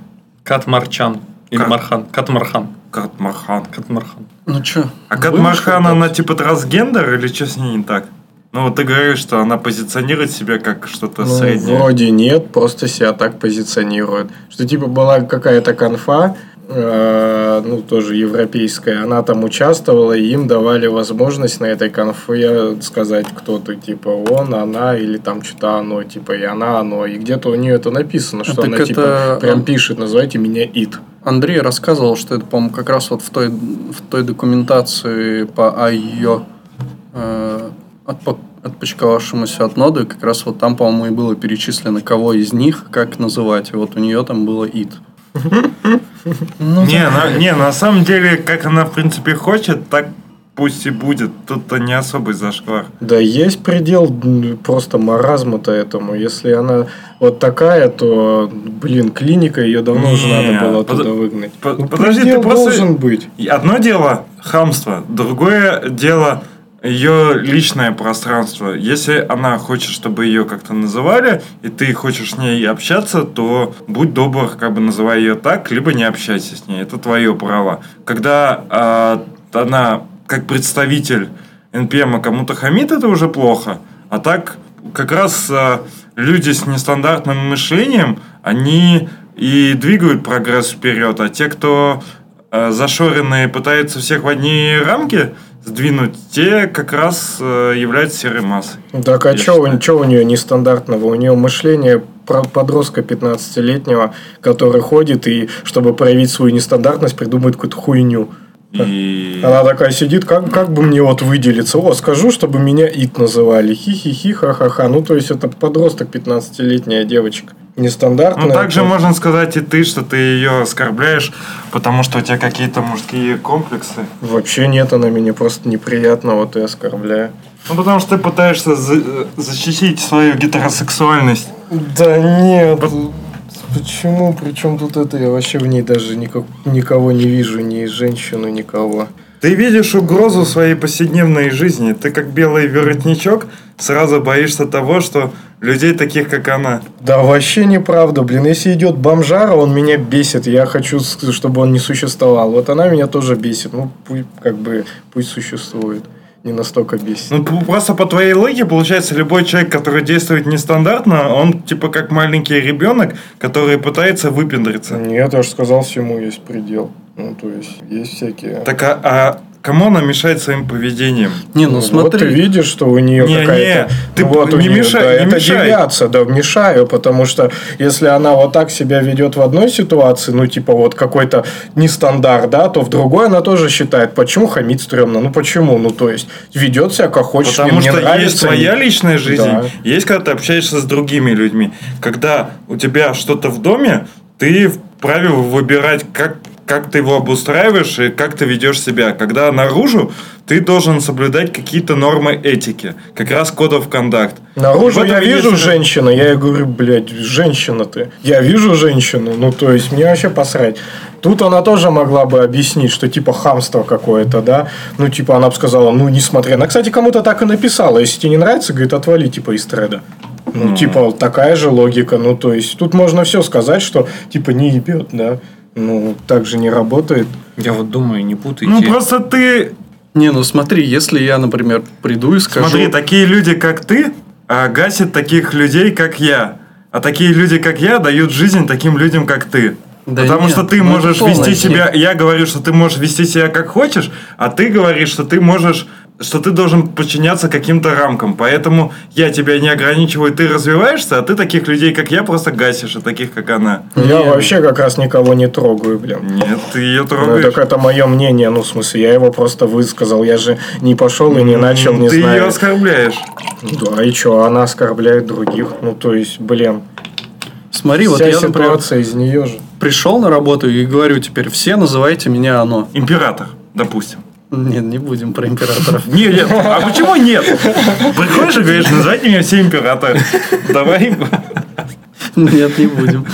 C: Кат Марчан. Или
A: Кат.
C: Мархан. Кат Мархан.
A: Кэт Махан.
C: Кат Мархан.
D: Ну чё?
A: А Кэт
D: будешь
A: Махан,
D: работать?
A: она типа трансгендер или что с ней не так? Ну, вот ты говоришь, что она позиционирует себя как что-то
E: Ну,
A: среднее.
E: вроде нет, просто себя так позиционируют. Что типа была какая-то конфа, э, ну тоже европейская, она там участвовала, и им давали возможность на этой конфе сказать, кто ты, типа он, она или там что-то оно, типа и она, оно. И где-то у нее это написано, что
D: так
E: она
D: это,
E: типа
D: а,
E: прям пишет, называйте меня Ит.
D: Андрей рассказывал, что это, по-моему, как раз вот в той, в той документации по АИО э, отпа- отпочковавшемуся от ноды, как раз вот там, по-моему, и было перечислено, кого из них, как называть. И вот у нее там было ит.
A: Не, на, не, на самом деле, как она в принципе хочет, так пусть и будет. Тут-то не особый зашквар.
E: Да есть предел м, просто маразма-то этому. Если она вот такая, то, блин, клиника, ее давно уже
A: Не,
E: надо было
A: под-
E: оттуда выгнать.
A: По-
E: Ну,
A: подожди,
E: предел
A: ты просто-
E: должен быть.
A: И Одно дело хамство, другое дело ее личное пространство. Если она хочет, чтобы ее как-то называли, и ты хочешь с ней общаться, то будь добр, как бы называй ее так, либо не общайся с ней. Это твое право. Когда а, она как представитель NPM -а кому-то хамит, это уже плохо. А так как раз а, люди с нестандартным мышлением, они и двигают прогресс вперед, а те, кто э, зашоренные пытаются всех в одни рамки сдвинуть, те как раз э, являются серой массой.
E: Так а
A: Я
E: что
A: считаю.
E: у нее нестандартного? У нее мышление про- подростка 15-летнего, который ходит и, чтобы проявить свою нестандартность, придумывает какую-то хуйню.
A: И...
E: Она такая сидит, как, как бы мне вот выделиться? О, скажу, чтобы меня Ит называли. Хи-хи-хи, ха-ха-ха. Ну, то есть, это подросток 15-летняя девочка. Нестандартная.
A: Ну, также
E: Это-
A: можно сказать и ты, что ты ее оскорбляешь, потому что у тебя какие-то мужские комплексы.
E: Вообще нет, она меня просто неприятно вот и оскорбляю.
A: Ну, потому что ты пытаешься за- э, защитить свою гетеросексуальность.
E: Да нет. Почему? Причем тут это? Я вообще в ней даже никак- никого не вижу, ни женщину, никого.
A: Ты видишь угрозу своей повседневной жизни. Ты как белый воротничок сразу боишься того, что людей таких, как она.
E: Да вообще неправда, блин. Если идет бомжара, он меня бесит. Я хочу, с- чтобы он не существовал. Вот она меня тоже бесит. Ну, пусть, как бы, пусть существует. Не настолько бесит.
A: Ну, п- просто по твоей логике, получается, любой человек, который действует нестандартно, он типа как маленький ребенок, который пытается выпендриться.
E: Нет, я же сказал, всему есть предел. Ну, то есть, есть всякие...
A: Так а, а кому она мешает своим поведением?
D: Не, ну
E: Вот ты
D: смотри.
E: видишь, что у нее
A: Не,
E: какая-то...
A: не, ты
E: Ну вот у
A: не
E: неё,
A: мешай,
E: да,
A: не
E: это
A: мешай.
E: девиация, да, мешаю, потому что если она вот так себя ведет в одной ситуации, ну, типа вот какой-то нестандарт, да, то в другой она тоже считает, почему хамить стрёмно, ну, почему, ну, то есть ведет себя как хочешь,
A: Потому
E: мне
A: что
E: нравится.
A: есть своя личная жизнь,
E: Да.
A: есть когда ты общаешься с другими людьми. Когда у тебя что-то в доме, ты вправе выбирать, как, как ты его обустраиваешь и как ты ведешь себя. Когда наружу, ты должен соблюдать какие-то нормы этики, как раз кодов контакт.
E: Наружу
A: В этом
E: я
A: и есть
E: вижу
A: это-
E: женщину, я ей говорю, блядь, женщина ты. Я вижу женщину, ну то есть мне вообще посрать. Тут она тоже могла бы объяснить, что типа хамство какое-то, да. Ну типа она бы сказала, ну не смотри. Она, кстати, кому-то так и написала. Если тебе не нравится, говорит, отвали типа из треда. Ну, типа, такая же логика. Ну, то есть, тут можно все сказать, что, типа, не ебет, да. Ну, так же не работает.
C: Я вот думаю, не путайте.
A: Ну, просто ты
D: Не, ну смотри, если я, например, приду и скажу...
A: Смотри, такие люди, как ты, а, гасят таких людей, как я. А такие люди, как я, дают жизнь таким людям, как ты.
D: Да
A: Потому
D: нет,
A: что ты
D: ну это
A: можешь
D: полная
A: вести
D: херня.
A: себя... Я говорю, что ты можешь вести себя как хочешь, а ты говоришь, что ты можешь что ты должен подчиняться каким-то рамкам. Поэтому я тебя не ограничиваю, ты развиваешься, а ты таких людей, как я, просто гасишь, а таких, как она.
E: Я вообще как раз никого не трогаю, блин.
A: Нет, ты ее
E: Ну,
A: трогаешь.
E: так это мое мнение, ну, в смысле, я его просто высказал. Я же не пошел и не начал, не
A: ты ее
E: знаю. Ну,
A: оскорбляешь.
E: Да, и что, она оскорбляет других. Ну, то есть, блин,
D: Смотри, вот
E: вся
D: я, например,
E: ситуация из нее же.
D: пришел на работу и говорю теперь, все называйте меня оно.
A: Император, допустим.
D: Нет, не будем про императоров.
A: Нет, нет, а почему нет? Приходишь и говоришь, называйте меня все императоры. Давай.
D: Нет, не будем.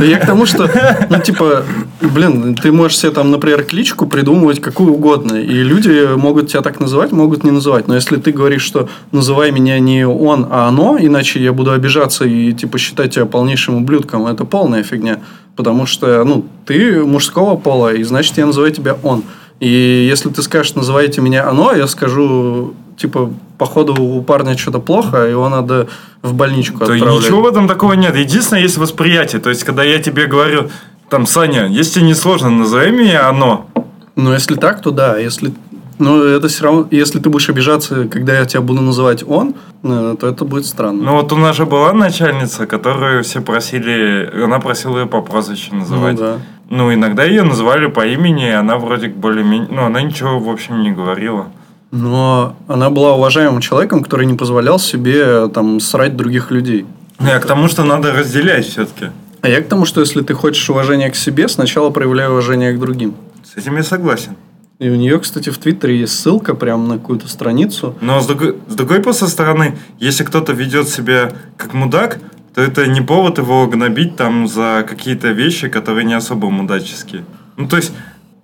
D: Я к тому, что, ну, типа, блин, ты можешь себе там, например, кличку придумывать какую угодно, и люди могут тебя так называть, могут не называть. Но если ты говоришь, что называй меня не он, а оно, иначе я буду обижаться и, типа, считать тебя полнейшим ублюдком, это полная фигня. Потому что, ну, ты мужского пола, и значит, я называю тебя он. И если ты скажешь, называйте меня оно, я скажу, типа, походу у парня что-то плохо, его надо в больничку
A: Да
D: отправлять.
A: Ничего в этом такого нет. Единственное, есть восприятие. То есть, когда я тебе говорю, там, Саня, если тебе не сложно, назови меня оно.
D: Ну, если так, то да. Если, ну, это все равно, если ты будешь обижаться, когда я тебя буду называть он, э, то это будет странно.
A: Ну, вот у нас же была начальница, которую все просили... Она просила ее по прозвищу называть.
D: да.
A: Ну, иногда ее называли по имени, и она вроде более-менее... Ну, она ничего, в общем, не говорила.
D: Но она была уважаемым человеком, который не позволял себе э, там срать других людей.
A: Ну, Я к тому, что надо разделять все-таки.
D: А я к тому, что если ты хочешь уважения к себе, сначала проявляй уважение к другим.
A: С этим я согласен.
D: И у нее, кстати, в Твиттере есть ссылка прям на какую-то страницу.
A: Но с другой, с другой просто стороны, если кто-то ведет себя как мудак, то это не повод его гнобить там за какие-то вещи, которые не особо мудаческие. Ну, то есть,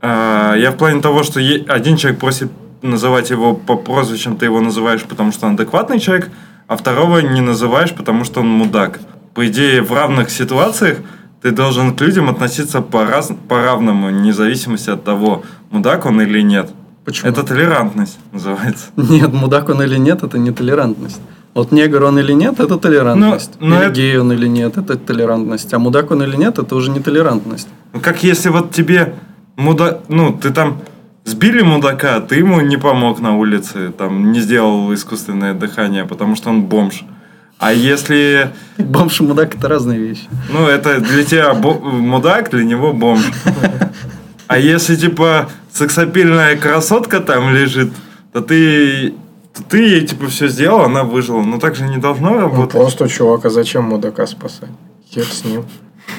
A: а, я в плане того, что е- один человек просит называть его по прозвищам, ты его называешь, потому что он адекватный человек, а второго не называешь, потому что он мудак. По идее, в равных ситуациях ты должен к людям относиться по, раз, по равному, вне зависимости от того, мудак он или нет.
D: Почему?
A: Это толерантность называется.
D: Нет, мудак он или нет, это не толерантность. Вот негр он или нет, это толерантность.
A: Ну, ну,
D: или
A: это-
D: гей он или нет, это толерантность. А мудак он или нет, это уже не толерантность.
A: Ну, как если вот тебе муда... Ну, ты там сбили мудака, а ты ему не помог на улице, там, не сделал искусственное дыхание, потому что он бомж. А если...
D: Бомж и мудак это разные вещи.
A: Ну, это для тебя бо- мудак, для него бомж. А если, типа, сексапильная красотка там лежит, то ты... то ты ей, типа, все сделал, она выжила. Но так же не должно
E: Ну,
A: работать.
E: просто чувак, а зачем мудака спасать? Хер с ним.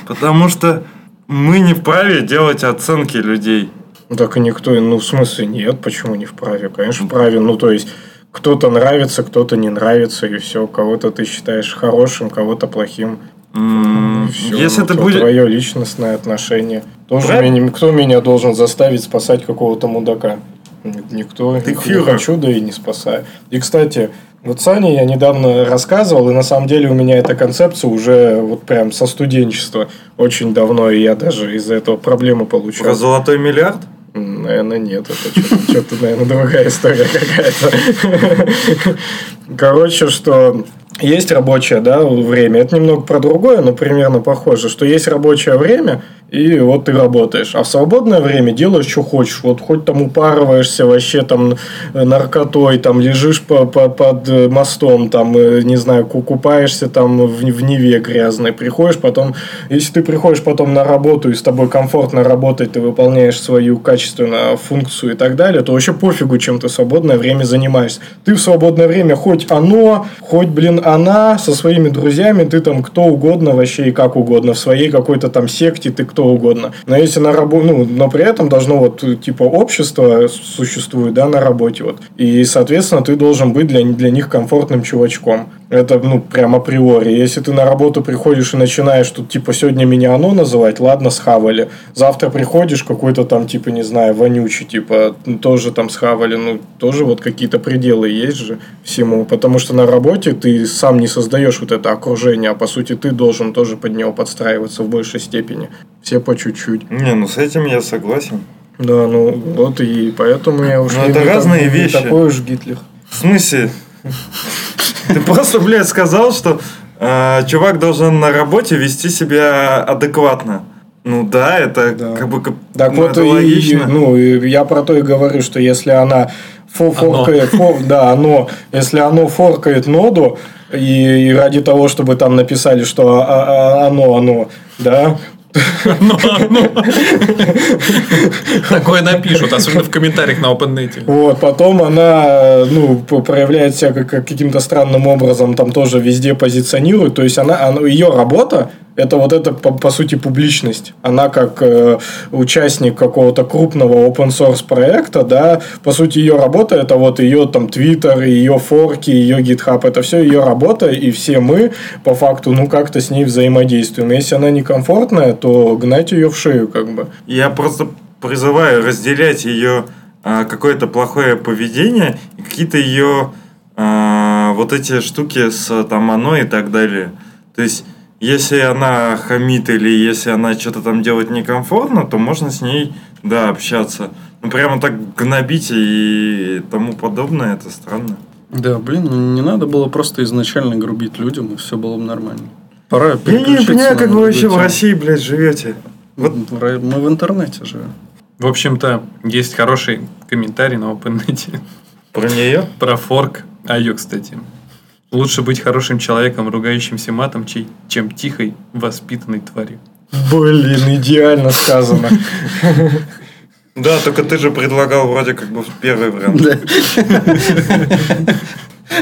A: Потому что мы не вправе делать оценки людей.
E: Ну, Так и никто, ну, в смысле, нет, почему не вправе? Конечно, вправе, ну, то есть, кто-то нравится, кто-то не нравится, и все. Кого-то ты считаешь хорошим, кого-то плохим.
A: М,
E: Всё,
A: если
E: ну,
A: ты
E: то
A: будешь...
E: твое личностное отношение. Тоже
A: Правильно.
E: меня- кто меня должен заставить спасать какого-то мудака? Ник- Никто.
A: Ты
E: не
A: фюрер.
E: хочу, да и не спасаю. И, кстати, вот Сане я недавно рассказывал, и на самом деле у меня эта концепция уже вот прям со студенчества очень давно, и я даже из-за этого проблемы получил.
A: Про золотой миллиард?
E: М, Наверное, нет. Это что-то, наверное, другая история какая-то. Короче, что есть рабочее да, время. Это немного про другое, но примерно похоже. Что есть рабочее время, и вот ты работаешь. А в свободное время делаешь, что хочешь. Вот хоть там упарываешься вообще там э, наркотой, там лежишь по- по- под э, мостом, там, э, не знаю, ку- купаешься там в, в Неве грязной. Приходишь потом, если ты приходишь потом на работу и с тобой комфортно работать, ты выполняешь свою качественную а, функцию и так далее, то вообще пофигу, чем ты в свободное время занимаешься. Ты в свободное время хоть оно, хоть, блин, она со своими друзьями, ты там кто угодно вообще и как угодно, в своей какой-то там секте ты кто угодно. Но если на работу, ну, но при этом должно вот, э, типа, общество существует, да, на работе вот. И, соответственно, ты должен быть для, для них комфортным чувачком. Это, ну, прям априори. Если ты на работу приходишь и начинаешь тут, типа, сегодня меня оно называть, ладно, схавали. Завтра приходишь, какой-то там, типа, не знаю, вонючий, типа, ну, тоже там схавали. Ну, тоже вот какие-то пределы есть же всему. Потому что на работе ты сам не создаешь вот это окружение, а, по сути, ты должен тоже под него подстраиваться в большей степени. Все по чуть-чуть.
A: Не, ну с этим я согласен.
E: Да, ну вот и поэтому я уж
A: Ну,
E: не-
A: это
E: не
A: разные
E: не
A: вещи.
E: такой уж Гитлер.
A: В смысле? Ты просто, блядь, сказал, что э, чувак должен на работе вести себя адекватно. Ну да, это
E: Да.
A: как бы... как-
E: Так
A: ну,
E: вот,
A: это
E: и,
A: логично.
E: ну, и я про то и говорю, что если она фо- форкает, фор- да, оно, если оно форкает ноду, и, и ради того, чтобы там написали, что а- а- а- оно, оно, да,
C: ну, Такое напишут, особенно в комментариях на OpenNet.
E: вот, потом она, ну, п- проявляет себя как, как каким-то странным образом, там тоже везде позиционирует, то есть она, она- ее работа, это вот это, по, по сути, публичность. Она как э, участник какого-то крупного open source проекта, да, по сути, ее работа это вот ее там Twitter, ее форки, ее GitHub, это все ее работа, и все мы по факту, ну, как-то с ней взаимодействуем. Если она некомфортная, то гнать ее в шею, как бы.
A: Я просто призываю разделять ее а, какое-то плохое поведение и какие-то ее а, вот эти штуки с там оно и так далее. То есть, если она хамит или если она что-то там делает некомфортно, то можно с ней, да, общаться. Ну, прямо так гнобить и тому подобное, это странно.
D: Да, блин, ну не надо было просто изначально грубить людям, и все было бы нормально. Пора
A: Я не
D: переключиться
A: понимаю,
D: на
A: как вы
D: другую
A: вообще в
D: тему.
A: России, блядь, живете. Вот
D: В Ра- Мы в интернете живем.
C: В общем-то, есть хороший комментарий на OpenNet.
A: про нее?
C: Про форк. А ее, кстати. Лучше быть хорошим человеком, ругающимся матом, чей- чем тихой, воспитанной тварью.
E: Блин, идеально сказано.
A: Да, только ты же предлагал вроде как бы первый вариант.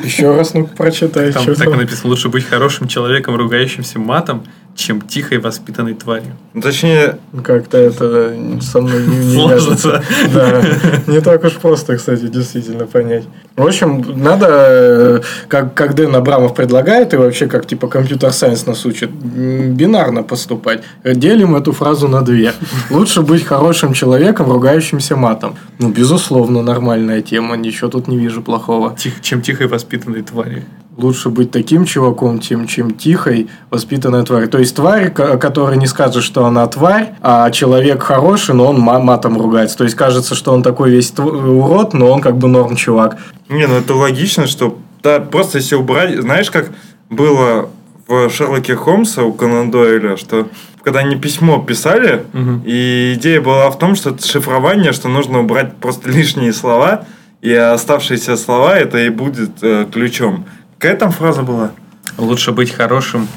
E: Еще раз, ну прочитай.
C: Там
E: чё
C: так и
E: там.
C: написано, лучше быть хорошим человеком, ругающимся матом, чем тихой, воспитанной тварью.
A: Ну, Точнее,
E: Как-то это со мной не, не
C: Сложно,
E: вяжется. Да, не так уж просто, кстати, действительно понять. В общем, надо, э, как, как Дэн Абрамов предлагает, и вообще как типа компьютер-сайенс нас учит, м, бинарно поступать. Делим эту фразу на две. Лучше быть хорошим человеком, ругающимся матом. Ну, безусловно, нормальная тема, ничего тут не вижу плохого.
C: Тих- чем тихой, воспитанной тварью.
E: Лучше быть таким чуваком, тем, чем тихой, воспитанная тварь. То есть тварь, ко- которая не скажет, что она тварь, а человек хороший, но он ма- матом ругается. То есть кажется, что он такой весь тв- урод, но он как бы норм чувак.
A: Не, ну это логично, что да, просто если убрать, знаешь, как было в Шерлоке Холмса у Конан Дойля, что когда они письмо писали,
C: Мгм.
A: и идея была в том, что это шифрование, что нужно убрать просто лишние слова, и оставшиеся слова это и будет э, ключом. Какая там фраза была?
C: Лучше быть хорошим,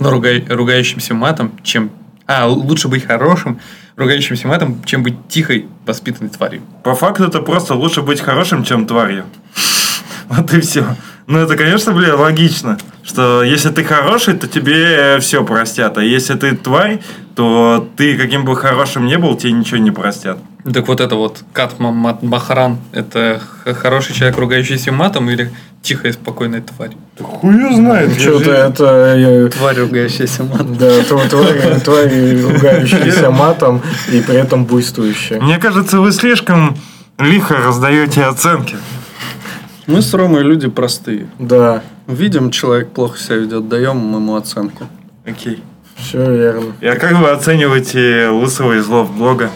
C: но ругай- ругающимся матом, чем... А, лучше быть хорошим, ругающимся матом, чем быть тихой, воспитанной тварью.
A: По факту это просто лучше быть хорошим, чем тварью. Вот и все. Ну это, конечно, бля, логично, что если ты хороший, то тебе все простят, а если ты тварь, то ты каким бы хорошим не был, тебе ничего не простят.
C: Так вот это вот Кат Ма- Ма- Махаран, это х- хороший человек, ругающийся матом, или тихая, спокойная тварь?
A: Хуя знает.
E: Что-то Ну, это... э,
D: Тварь, ругающаяся матом.
E: Да, тв- тварь, тварь, ругающаяся матом и при этом буйствующая.
A: Мне кажется, вы слишком лихо раздаете оценки.
D: Мы с Ромой люди простые.
E: Да,
D: Видим, человек плохо себя ведет, даем ему оценку.
A: Окей.
E: все верно.
A: И а как вы оцениваете лысого и зло в блога?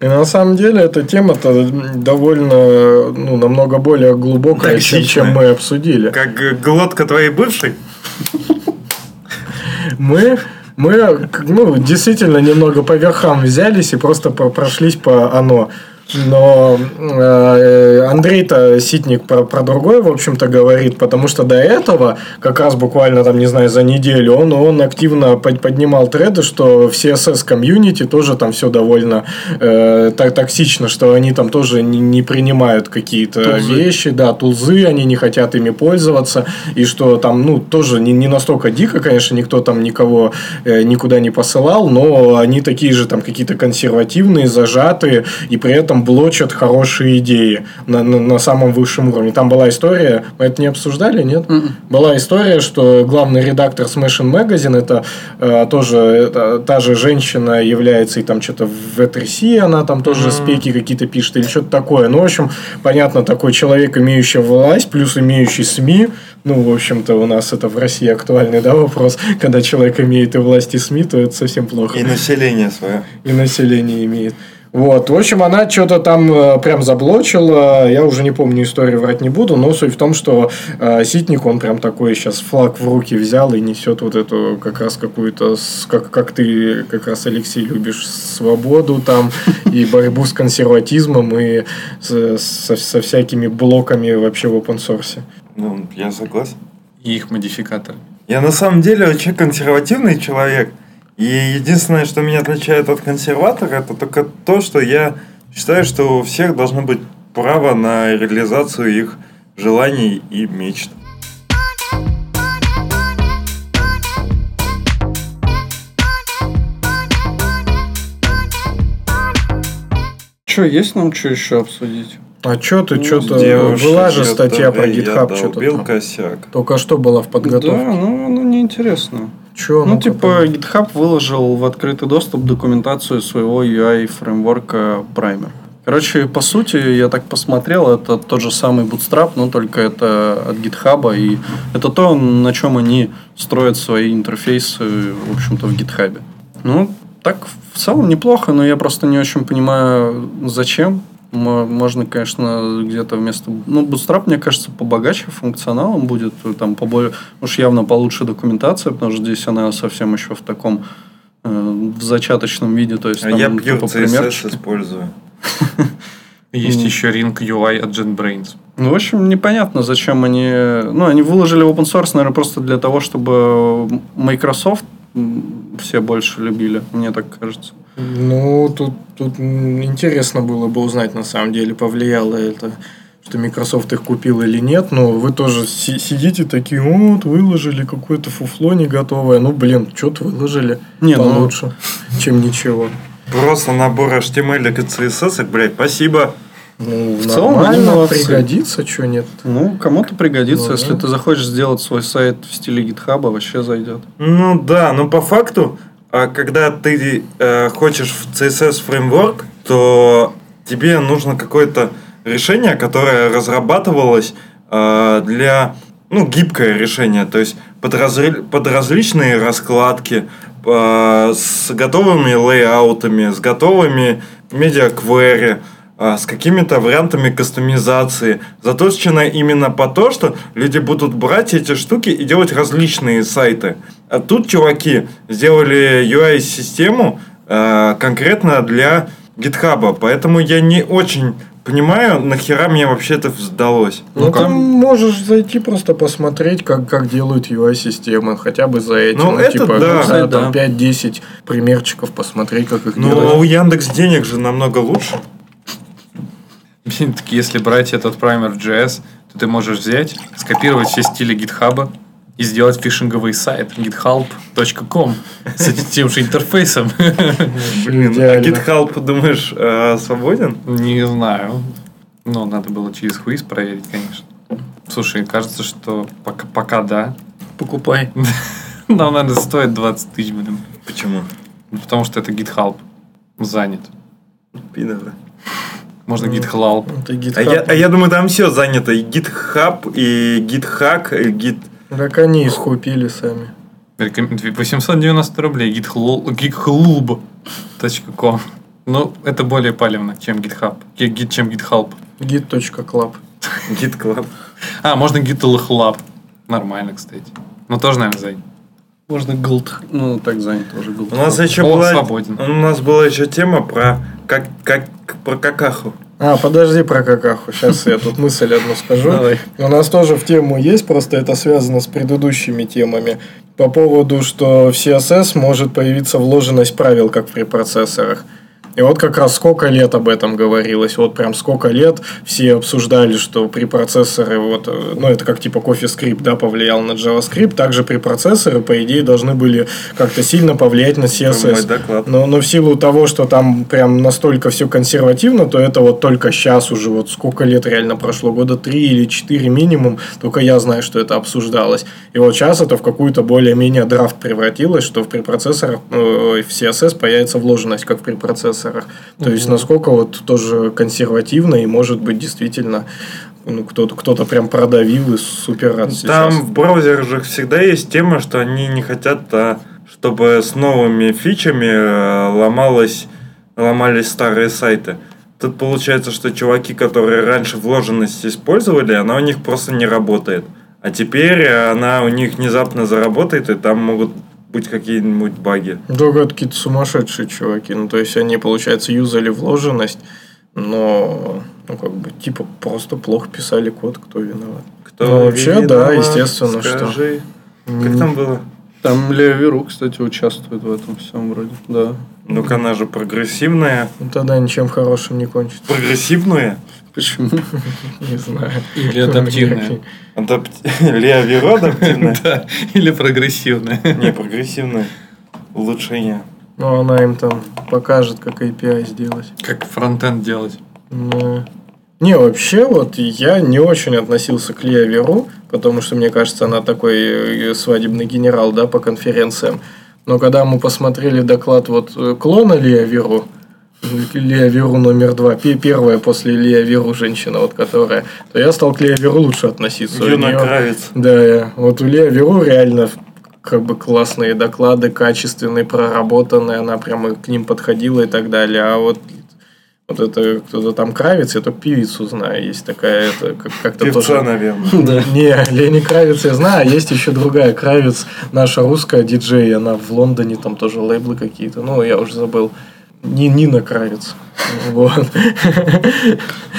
E: И на самом деле эта тема-то м, довольно, ну, намного более глубокая, чем, чем
A: Токсичная.
E: мы обсудили.
A: Как э, глотка твоей бывшей?
E: Мы, мы, к- ну, действительно немного по верхам взялись и просто про- прошлись по оно. Но э, Андрей-то Ситник про, про другое, в общем-то, говорит, потому что до этого, как раз буквально там, не знаю, за неделю, он, он активно под- поднимал треды, что в CSS-комьюнити тоже там все довольно э, та- токсично, что они там тоже не, не принимают какие-то вещи, да, тулзы, они не хотят ими пользоваться, и что там, ну, тоже не, не настолько дико, конечно, никто там никого э, никуда не посылал, но они такие же там какие-то консервативные, зажатые, и при этом блочат хорошие идеи на, на- на самом высшем уровне. Там была история, мы это не обсуждали, нет? Была история, что главный редактор Smashing Magazine, это э, тоже это та же женщина является и там что-то в V3C, она там тоже спеки какие-то пишет или что-то такое. Ну, в общем, понятно, такой человек, имеющий власть, плюс имеющий СМИ, ну, в общем-то, у нас это в России актуальный, да, вопрос, когда человек имеет и власть, и СМИ, то это совсем плохо
A: население свое.
E: и население имеет. Вот, в общем, она что-то там э, прям заблочила. Я уже не помню историю, врать не буду, но суть в том, что э, Ситник, он прям такой сейчас флаг в руки взял и несет вот эту как раз какую-то, с- как, как ты как раз, Алексей, любишь свободу там и борьбу с консерватизмом и с- со, со всякими блоками вообще в open source.
A: Ну, я согласен.
C: И их модификаторы.
A: Я на самом деле вообще консервативный человек. И единственное, что меня отличает от консерватора, это только то, что я считаю, что у всех должно быть право на реализацию их желаний и мечт.
D: Че, есть нам что еще обсудить?
E: А что
D: Ну,
E: ты, что-то...
A: Девушки,
E: Была же
A: я
E: статья про
A: долб- я
E: GitHub, что-то
A: долбил
E: там.
A: косяк.
E: Только что была в
D: Да,
E: подготовке.
D: ну, ну неинтересно.
E: Чё,
D: Ну,
E: ну-ка
D: типа, GitHub выложил в открытый доступ документацию своего UI-фреймворка Primer. Короче, по сути, я так посмотрел, это тот же самый Bootstrap, но только это от GitHub, и это то, на чем они строят свои интерфейсы, в общем-то, в GitHub. Ну, так в целом неплохо, но я просто не очень понимаю, зачем. М- Можно, конечно, где-то вместо... Ну, Bootstrap, мне кажется, побогаче функционалом будет. э, Там поболее... уж явно получше документация, потому что здесь она совсем еще в таком э, в зачаточном виде. То есть,
A: А
D: там,
A: я Pure
D: типа,
A: CSS
D: примерчики.
A: использую.
C: Есть
D: Мгм.
C: еще Ring UI от JetBrains.
D: Ну, в общем, непонятно, зачем они... Ну, они выложили open source, наверное, просто для того, чтобы Microsoft м, все больше любили, мне так кажется.
E: Ну, тут, тут м, интересно было бы узнать, на самом деле, повлияло это, что Microsoft их купил или нет, но вы тоже си- сидите такие, вот, выложили какое-то фуфло не готовое, ну, блин, что-то выложили
D: Не, ну-
E: получше, чем ничего.
A: Просто набор HTML и CSS, блядь, спасибо.
E: Ну,
D: В целом,
E: нормально,
D: они молодцы.
E: пригодится, что нет.
D: Ну, кому-то пригодится,
E: Ну,
D: если
E: да.
D: ты захочешь сделать свой сайт в стиле гитхаба, вообще зайдет.
A: Ну да, но по факту, а, когда ты э, хочешь в CSS фреймворк, то тебе нужно какое-то решение, которое разрабатывалось э, для ну, гибкое решение, то есть под, разри- под различные раскладки, э, с готовыми лейаутами, с готовыми медиаквери, а, с какими-то вариантами кастомизации, заточено именно по то, что люди будут брать эти штуки и делать различные сайты. А тут чуваки сделали UI-систему э, конкретно для гитхаба, поэтому я не очень понимаю, нахера мне вообще это сдалось.
E: Ну,
C: Ну-ка.
E: там можешь зайти просто посмотреть, как, как делают UI-системы, хотя бы за этим.
A: Ну, это
E: типа,
A: да.
E: за,
D: Да.
E: там 5-10 примерчиков посмотреть, как их делают.
A: Ну, у Яндекс денег же намного лучше.
C: Таки, если брать этот праймер JS, то ты можешь взять, скопировать все стили гитхаба и сделать фишинговый сайт github.com с этим тем же интерфейсом.
A: Блин, а
E: Идеально.
A: GitHub, думаешь, э, свободен?
C: Не знаю. Но надо было через хуиз проверить, конечно. Слушай, кажется, что пока, пока да.
D: Покупай.
C: Нам, наверное, стоит 20 тысяч, блин.
A: Почему?
C: Ну, Потому что это GitHub занят.
A: Пидоры.
C: Можно GitHub.
E: Это
A: А
E: GitHub.
A: я, а я думаю, там все занято. И GitHub, и GitHack, и Git...
E: Так они их купили сами.
C: Рекомен- 890 рублей. GitHub.com. Ну, это более палевно, чем GitHub. Ге- Git, чем GitHub.
E: Git.club.
A: Git Club.
C: А, можно GitLab. Нормально, кстати. Но тоже, наверное, занят.
D: Можно голд. Ну, так занят уже голд.
A: У нас еще
C: О,
A: была...
C: свободен.
A: У нас была еще тема про... Как, как, про какаху.
E: А, подожди про какаху. Сейчас я тут мысль одну скажу.
D: Давай.
E: У нас тоже в тему есть, просто это связано с предыдущими темами. По поводу, что в CSS может появиться вложенность правил, как при процессорах. И вот как раз сколько лет об этом говорилось. Вот прям сколько лет все обсуждали, что при процессоры, вот, э, ну это как типа кофе скрипт, да, повлиял на JavaScript, также при процессоры, по идее, должны были как-то сильно повлиять на CSS.
A: Мой доклад.
E: Но, но в силу того, что там прям настолько все консервативно, то это вот только сейчас уже, вот сколько лет реально прошло, года три или четыре минимум, только я знаю, что это обсуждалось. И вот сейчас это в какую-то более-менее драфт превратилось, что в препроцессорах, э, в CSS появится вложенность, как в препроцессорах. То есть, насколько вот тоже консервативно и может быть действительно ну, кто-то, кто-то прям продавил и супер рад сейчас.
A: Там в браузерах же всегда есть тема, что они не хотят, а, чтобы с новыми фичами э, ломалась ломались старые сайты. Тут получается, что чуваки, которые раньше вложенность использовали, она у них просто не работает. А теперь она у них внезапно заработает, и там могут быть какие-нибудь баги.
E: Только это какие-то сумасшедшие чуваки. Ну, то есть они, получается, юзали вложенность, но, ну, как бы, типа, просто плохо писали код, кто виноват.
A: Кто
E: Ну, вообще, да,
A: виноват,
E: естественно, что.
A: скажи. Как там было?
D: Там Лео кстати, участвует в этом всем вроде. Да.
A: Ну-ка, она же прогрессивная.
E: Ну, тогда ничем хорошим не кончится.
A: Прогрессивная?
D: Почему?
E: Не знаю.
C: Или адаптивная.
A: Адапти... Лео Веро адаптивная?
C: Да, или прогрессивная.
A: Не, прогрессивное улучшение.
E: Ну, она им там покажет, как API сделать.
C: Как фронтенд делать.
E: Да. Ну, Не, вообще, вот я не очень относился к Лия Веру, потому что, мне кажется, она такой э, свадебный генерал, да, по конференциям. Но когда мы посмотрели доклад вот э, клона Лия Веру, Лия Веру номер два, пе- первая после Лия Веру женщина, вот которая, то я стал к Лия Веру лучше относиться. У
A: Юна
E: неё-
A: Кравец.
E: да, я- вот у Лео Веру реально как бы классные доклады, качественные, проработанные, она прямо к ним подходила и так далее. А вот вот это кто-то там Кравец, я только певицу знаю. Есть такая, это как- как-то
A: Певца,
E: тоже...
A: наверное.
D: Да.
E: Не, Лени Кравец я знаю, а есть еще другая Кравец, наша русская диджей, она в Лондоне, там тоже лейблы какие-то, ну, я уже забыл. Ни- Нина Кравец. Вот.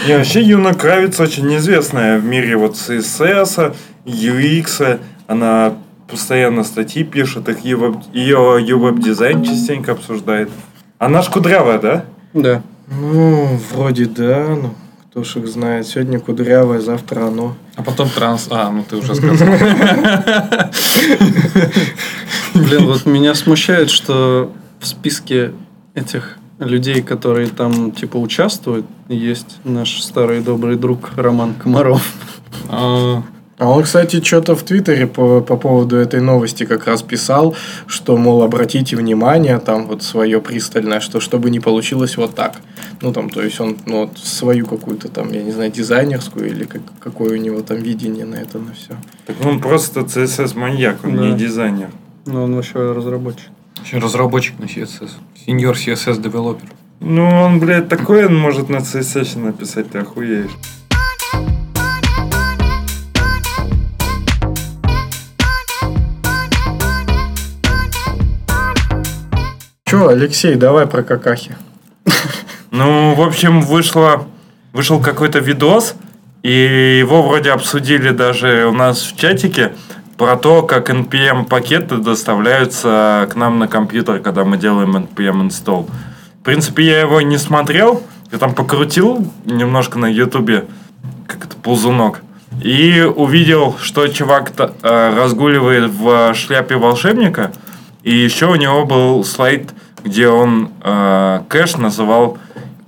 A: И вообще Юна Кравец очень известная в мире вот CSS, UX. Она постоянно статьи пишет, их ее, дизайн частенько обсуждает. Она ж кудрявая, да?
D: Да.
E: Ну, вроде да, но кто ж их знает. Сегодня кудрявое, завтра оно.
C: А потом транс... А, ну ты уже сказал.
D: Блин, вот меня смущает, что в списке этих людей, которые там типа участвуют, есть наш старый добрый друг Роман Комаров.
C: А,
E: А он, кстати, что-то в Твиттере по, по поводу этой новости как раз писал, что, мол, обратите внимание, там вот свое пристальное, что чтобы не получилось вот так. Ну, там, то есть он ну, вот свою какую-то там, я не знаю, дизайнерскую или как, какое у него там видение на это, на все.
A: Так он просто CSS-маньяк, он
D: Да.
A: не дизайнер.
D: Но Ну, он вообще разработчик.
C: Еще разработчик на CSS. Сеньор CSS девелопер.
A: Ну, он, блядь, такой он может на CSS написать, ты охуеешь.
E: Че, Алексей, давай про какахи.
A: Ну, в общем, вышло, вышел какой-то видос, и его вроде обсудили даже у нас в чатике про то, как NPM-пакеты доставляются к нам на компьютер, когда мы делаем NPM install. В принципе, я его не смотрел, я там покрутил немножко на Ютубе, как это, ползунок. И увидел, что чувак та- э, разгуливает в шляпе волшебника. И еще у него был слайд, где он э, кэш называл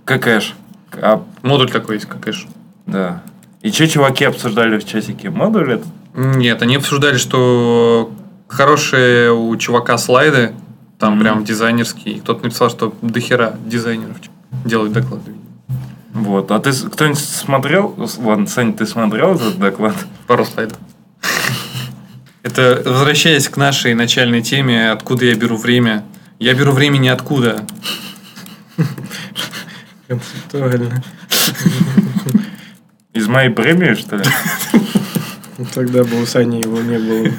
A: ККэш. А,
C: Модуль такой есть, как кэш.
A: да. И че чуваки обсуждали в чатике? Модуль этот?
C: Нет, они обсуждали, что хорошие у чувака слайды, там прям дизайнерские. И Кто-то написал, что дохера дизайнеров делают доклады.
A: Вот. А ты с- кто-нибудь смотрел? С- Ладно, Сань, ты смотрел этот доклад?
C: Пару слайдов. Это, возвращаясь к нашей начальной теме, откуда я беру время. Я беру время ниоткуда.
E: Концептуально.
A: Из моей премии, что ли?
E: Тогда бы у Сани его не было.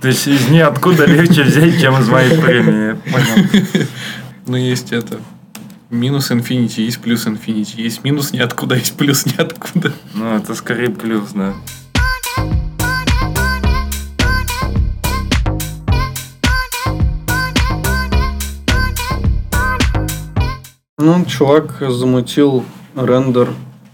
A: То есть из ниоткуда легче взять, чем из моей премии. Я Понял.
C: Но Ну, есть это. Минус инфинити, есть плюс инфинити. Есть минус ниоткуда, есть плюс ниоткуда.
A: Ну, это скорее плюс, да.
D: Ну, чувак замутил рендер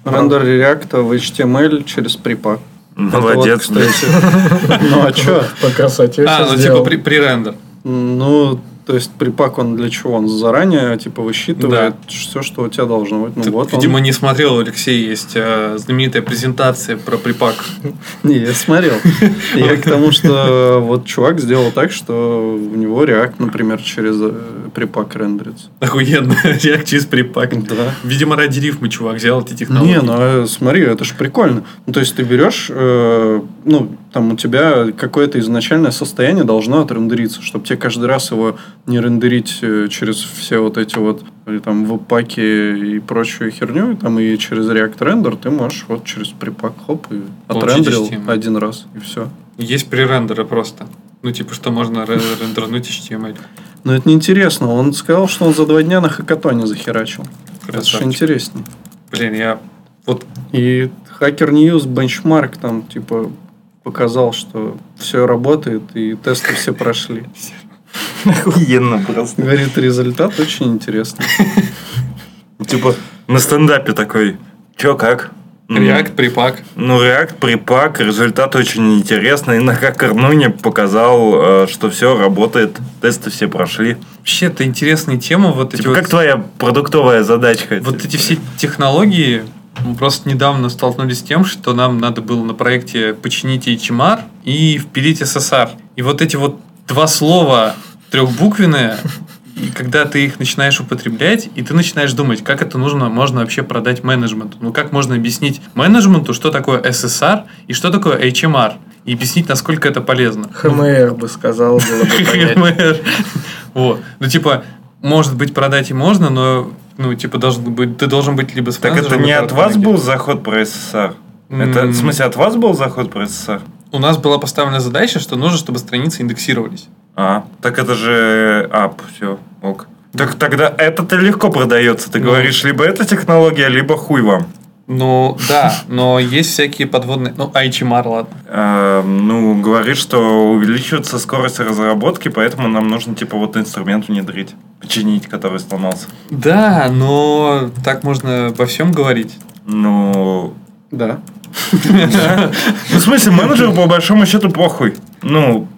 D: рендер реакта в HTML через припак.
A: Молодец,
D: Это вот,
A: блядь.
D: кстати. Ну, а чё?
E: По красоте
C: а,
E: всё
C: ну
E: сделал.
C: типа при, пререндер.
D: Ну, то есть припак он для чего? Он заранее типа высчитывает все, что у тебя должно быть. Ну
C: Ты,
D: вот он.
C: видимо, не смотрел, Алексей, есть э, знаменитая презентация про припак.
D: Не, я смотрел. Я к тому, что вот чувак сделал так, что у него реакт, например, через э, припак рендерится.
C: Охуенно, реакт через припак.
D: Да.
C: Видимо, ради рифмы чувак взял эти технологии.
D: Ну, Не, ну э, смотри, это же прикольно. Ну, то есть ты берешь, э, ну, Там у тебя какое-то изначальное состояние должно отрендериться, чтобы тебе каждый раз его не рендерить э, через все вот эти вот или там веб-паки и прочую херню, и там и через React Render ты можешь вот через припак хоп и
C: Получить
D: отрендерил
C: HTML.
D: один раз и все.
C: Есть пререндеры просто. Ну, типа, что можно ре- рендернуть HTML.
D: Но это неинтересно. Он сказал, что он за два дня на хакатоне захерачил. Это же
C: Красавчик.
D: интереснее.
C: Блин, я вот
D: И Hacker News бенчмарк там типа показал, что все работает и тесты все прошли.
A: Охуенно просто.
D: Говорит, результат очень интересный.
A: Типа на стендапе такой. Чё, как? М,
C: React, припак.
A: Ну, React, припак, результат очень интересный. На Хакернуне показал, э, что все работает, тесты все прошли.
C: Вообще, это интересная тема. Вот эти
A: Типа,
C: вот...
A: как твоя продуктовая задачка?
C: Вот
A: Типа,
C: эти все технологии, мы просто недавно столкнулись с тем, что нам надо было на проекте починить HMR и впилить SSR. И вот эти вот два слова трехбуквенные, и когда ты их начинаешь употреблять, и ты начинаешь думать, как это нужно, можно вообще продать менеджменту. Ну, как можно объяснить менеджменту, что такое SSR и что такое HMR, и объяснить, насколько это полезно.
E: ХМР бы сказал, было бы понятнее.
C: ХМР. Вот. Ну, типа, может быть, продать и можно, но ну, типа, должен быть, ты должен быть либо с
A: Так это
C: менеджером,
A: не
C: либо
A: от вас
C: коллеги.
A: был заход про СССР? Это,
C: М.
A: в смысле, от вас был заход про СССР?
C: У нас была поставлена задача, что нужно, чтобы страницы индексировались.
A: А, так это же ап, все, ок. Так тогда это-то легко продается. Ты
C: Ну.
A: говоришь, либо это технология, либо хуй вам.
C: Ну, да, но есть всякие подводные... Ну, HMR, ладно.
A: А, ну, говорит, что увеличивается скорость разработки, поэтому нам нужно, типа, вот инструмент внедрить, починить, который сломался.
C: Да, но так можно обо всем говорить.
A: Ну,
D: Да.
A: Ну, в смысле, менеджеру по большому счету похуй. Ну,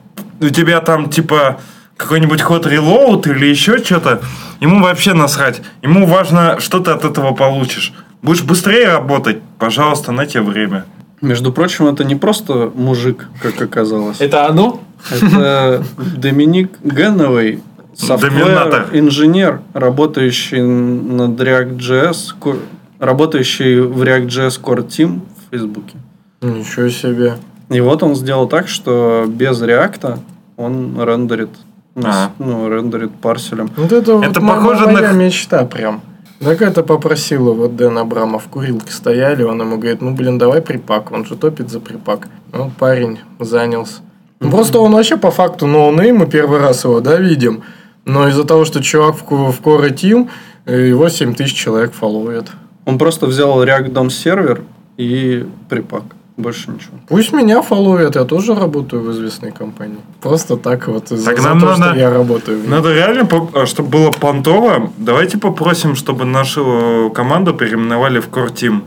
A: у тебя там, типа, какой-нибудь ход релоуд или еще что-то, ему вообще насрать. Ему важно, что ты от этого получишь. Будешь быстрее работать, пожалуйста, на тебе время.
D: Между прочим, это не просто мужик, как оказалось.
C: Это оно?
D: Это Доминик Генновый,
A: Доминатор.
D: инженер, работающий над React.js, ко- работающий в React.js Core Team в Фейсбуке.
E: Ничего себе.
D: И вот он сделал так, что без React он рендерит, нас-
A: А.
D: ну, рендерит парселем.
E: Вот это,
A: Это
E: вот мо-
A: похоже
E: моя
A: на-
E: мечта прям. Так это попросила, вот Дэн Абрамов в курилке стояли, он ему говорит, ну, блин, давай припак, он же топит за припак. Ну, парень занялся. Ну, Просто он вообще по факту ноуней, мы первый раз его, да, видим. Но из-за того, что чувак в, ку- в Core Team, э, его 7 тысяч человек фолловит.
D: Он просто взял React DOM сервер и припак. Больше ничего.
E: Пусть меня фолловят, я тоже работаю в известной компании. Просто так вот из-за
A: Так
E: за
A: нам
E: то,
A: надо-
E: что я работаю. в ней.
A: Надо реально, чтобы было понтово, давайте попросим, чтобы нашу э, команду переименовали в Core Team.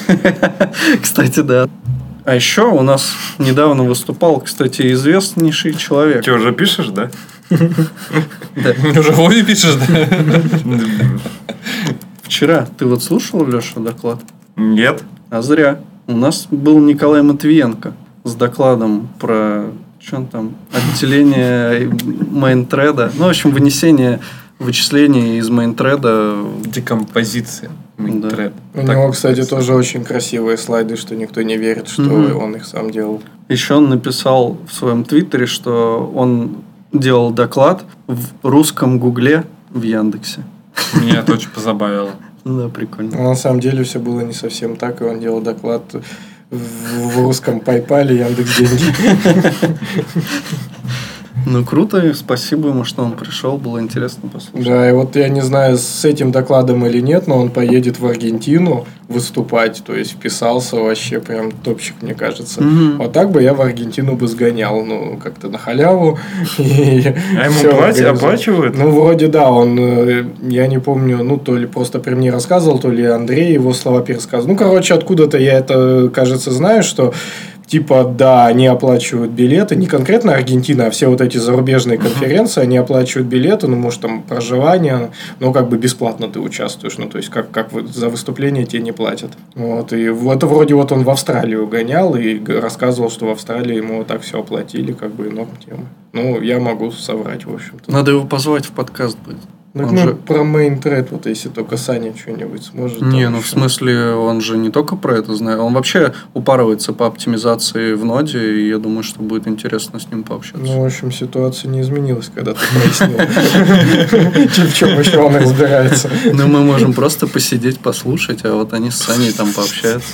D: Кстати, да. А еще у нас недавно выступал, кстати, известнейший человек.
A: Ты уже пишешь, да?
C: Уже Вове пишешь, да?
D: Вчера ты вот слушал, Леша, доклад?
A: Нет.
D: А зря. У нас был Николай Матвиенко с докладом про что он там, отделение мейнтреда. Ну, в общем, вынесение вычислений из мейнтреда.
C: Декомпозиция.
D: Да.
C: Тред.
E: У
C: Так
E: него, кстати,
C: называется.
E: тоже очень красивые слайды, что никто не верит, что
D: Мгм.
E: он их сам делал.
D: Еще он написал в своем твиттере, что он делал доклад в русском гугле в Яндексе.
C: Меня это очень позабавило.
D: Да, прикольно.
E: Но на самом деле все было не совсем так, и он делал доклад в, в русском пайпале Яндекс Деньги.
D: Ну, круто, и спасибо ему, что он пришел, было интересно послушать.
E: Да, и вот я не знаю, с этим докладом или нет, но он поедет в Аргентину выступать, то есть вписался вообще прям топчик, мне кажется.
D: Мгм.
E: Вот так бы я в Аргентину бы сгонял, ну, как-то на халяву. И
A: А ему
E: всё
A: платят,
E: организовал.
A: оплачивают?
E: Ну, вроде да, он, э, я не помню, ну, то ли просто при мне рассказывал, то ли Андрей его слова пересказывал. Ну, короче, откуда-то я это, кажется, знаю, что типа, да, они оплачивают билеты, не конкретно Аргентина, а все вот эти зарубежные конференции, они оплачивают билеты, ну, может, там, проживание, но как бы бесплатно ты участвуешь, ну, то есть, как, как вы- за выступление тебе не платят. Вот, и в- это вроде вот он в Австралию гонял и г- рассказывал, что в Австралии ему вот так все оплатили, как бы, и норм тема. Ну, я могу соврать, в общем-то.
D: Надо его позвать в подкаст будет.
E: Так,
D: Он
E: ну,
D: же-
E: про мейн-тред, вот если только Саня что-нибудь сможет. там
D: Не, ну в
E: ещё.
D: смысле, он же не только про это знает, он вообще упарывается по оптимизации в ноде, и я думаю, что будет интересно с ним пообщаться.
E: Ну, в общем, ситуация не изменилась, когда ты прояснил, чем- в чем еще он разбирается.
D: Ну, мы можем просто посидеть, послушать, а вот они с Саней там пообщаются.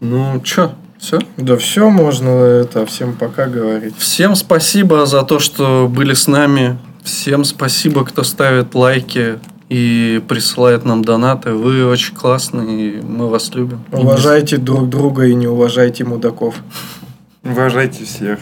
D: Ну, чё, все?
E: Да все можно это всем пока говорить.
D: Всем спасибо за то, что были с нами. Всем спасибо, кто ставит лайки и присылает нам донаты. Вы очень классные, и мы вас любим.
E: Уважайте друг друга и не уважайте мудаков.
A: Уважайте всех.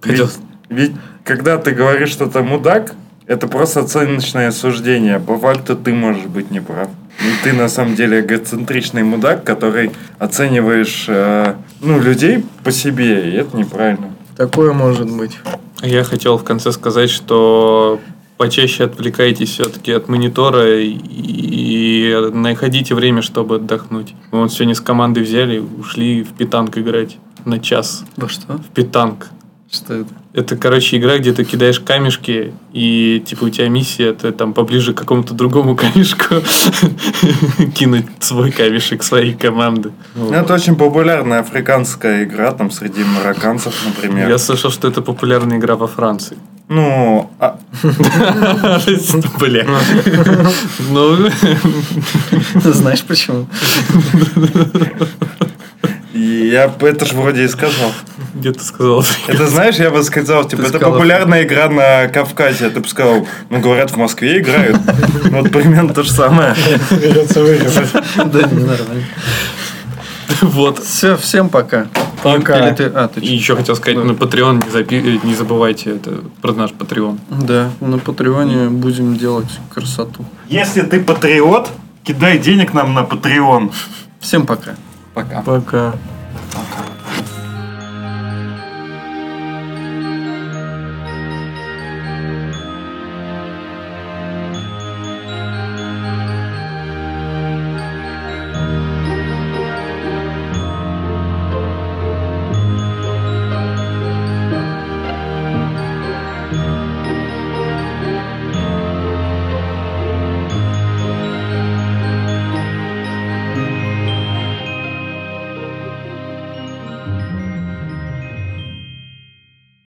C: Хотел-
A: Ведь, ведь когда ты говоришь, что ты мудак, это просто оценочное суждение. По факту ты можешь быть неправ. И ты на самом деле эгоцентричный мудак, который оцениваешь э, ну, людей по себе, и это неправильно.
E: Такое может быть.
C: Я хотел в конце сказать, что почаще отвлекайтесь все-таки от монитора и, и находите время, чтобы отдохнуть. Мы вот сегодня с командой взяли, ушли в питанг играть на час.
D: Во что?
C: В питанг.
D: Что это?
C: Это, короче, игра, где ты кидаешь камешки, и, типа, у тебя миссия, ты там поближе к какому-то другому камешку кинуть свой камешек своей команды.
A: Ну, это очень популярная африканская игра, там, среди марокканцев, например.
C: Я слышал, что это популярная игра во Франции.
A: Ну, а-
C: Бля. Ну,
D: Знаешь почему?
A: я б- это же вроде и сказал.
C: где ты сказал?
A: Это знаешь, я бы сказал, типа,
C: Ты
A: это
C: сказал,
A: популярная игра на Кавказе. Ты бы сказал, ну, говорят, в Москве играют. Вот примерно то же самое.
E: Придется вырезать.
D: Да, не нормально.
C: Вот.
D: Все, всем пока.
E: Пока.
D: Или ты- а, ты
C: И
D: чё?
C: еще хотел сказать, на Patreon не запи- э, не забывайте, это про наш Patreon.
D: Да, на Патреоне будем делать красоту.
A: Если ты патриот, кидай денег нам на Patreon.
D: Всем пока.
A: Пока.
E: Пока.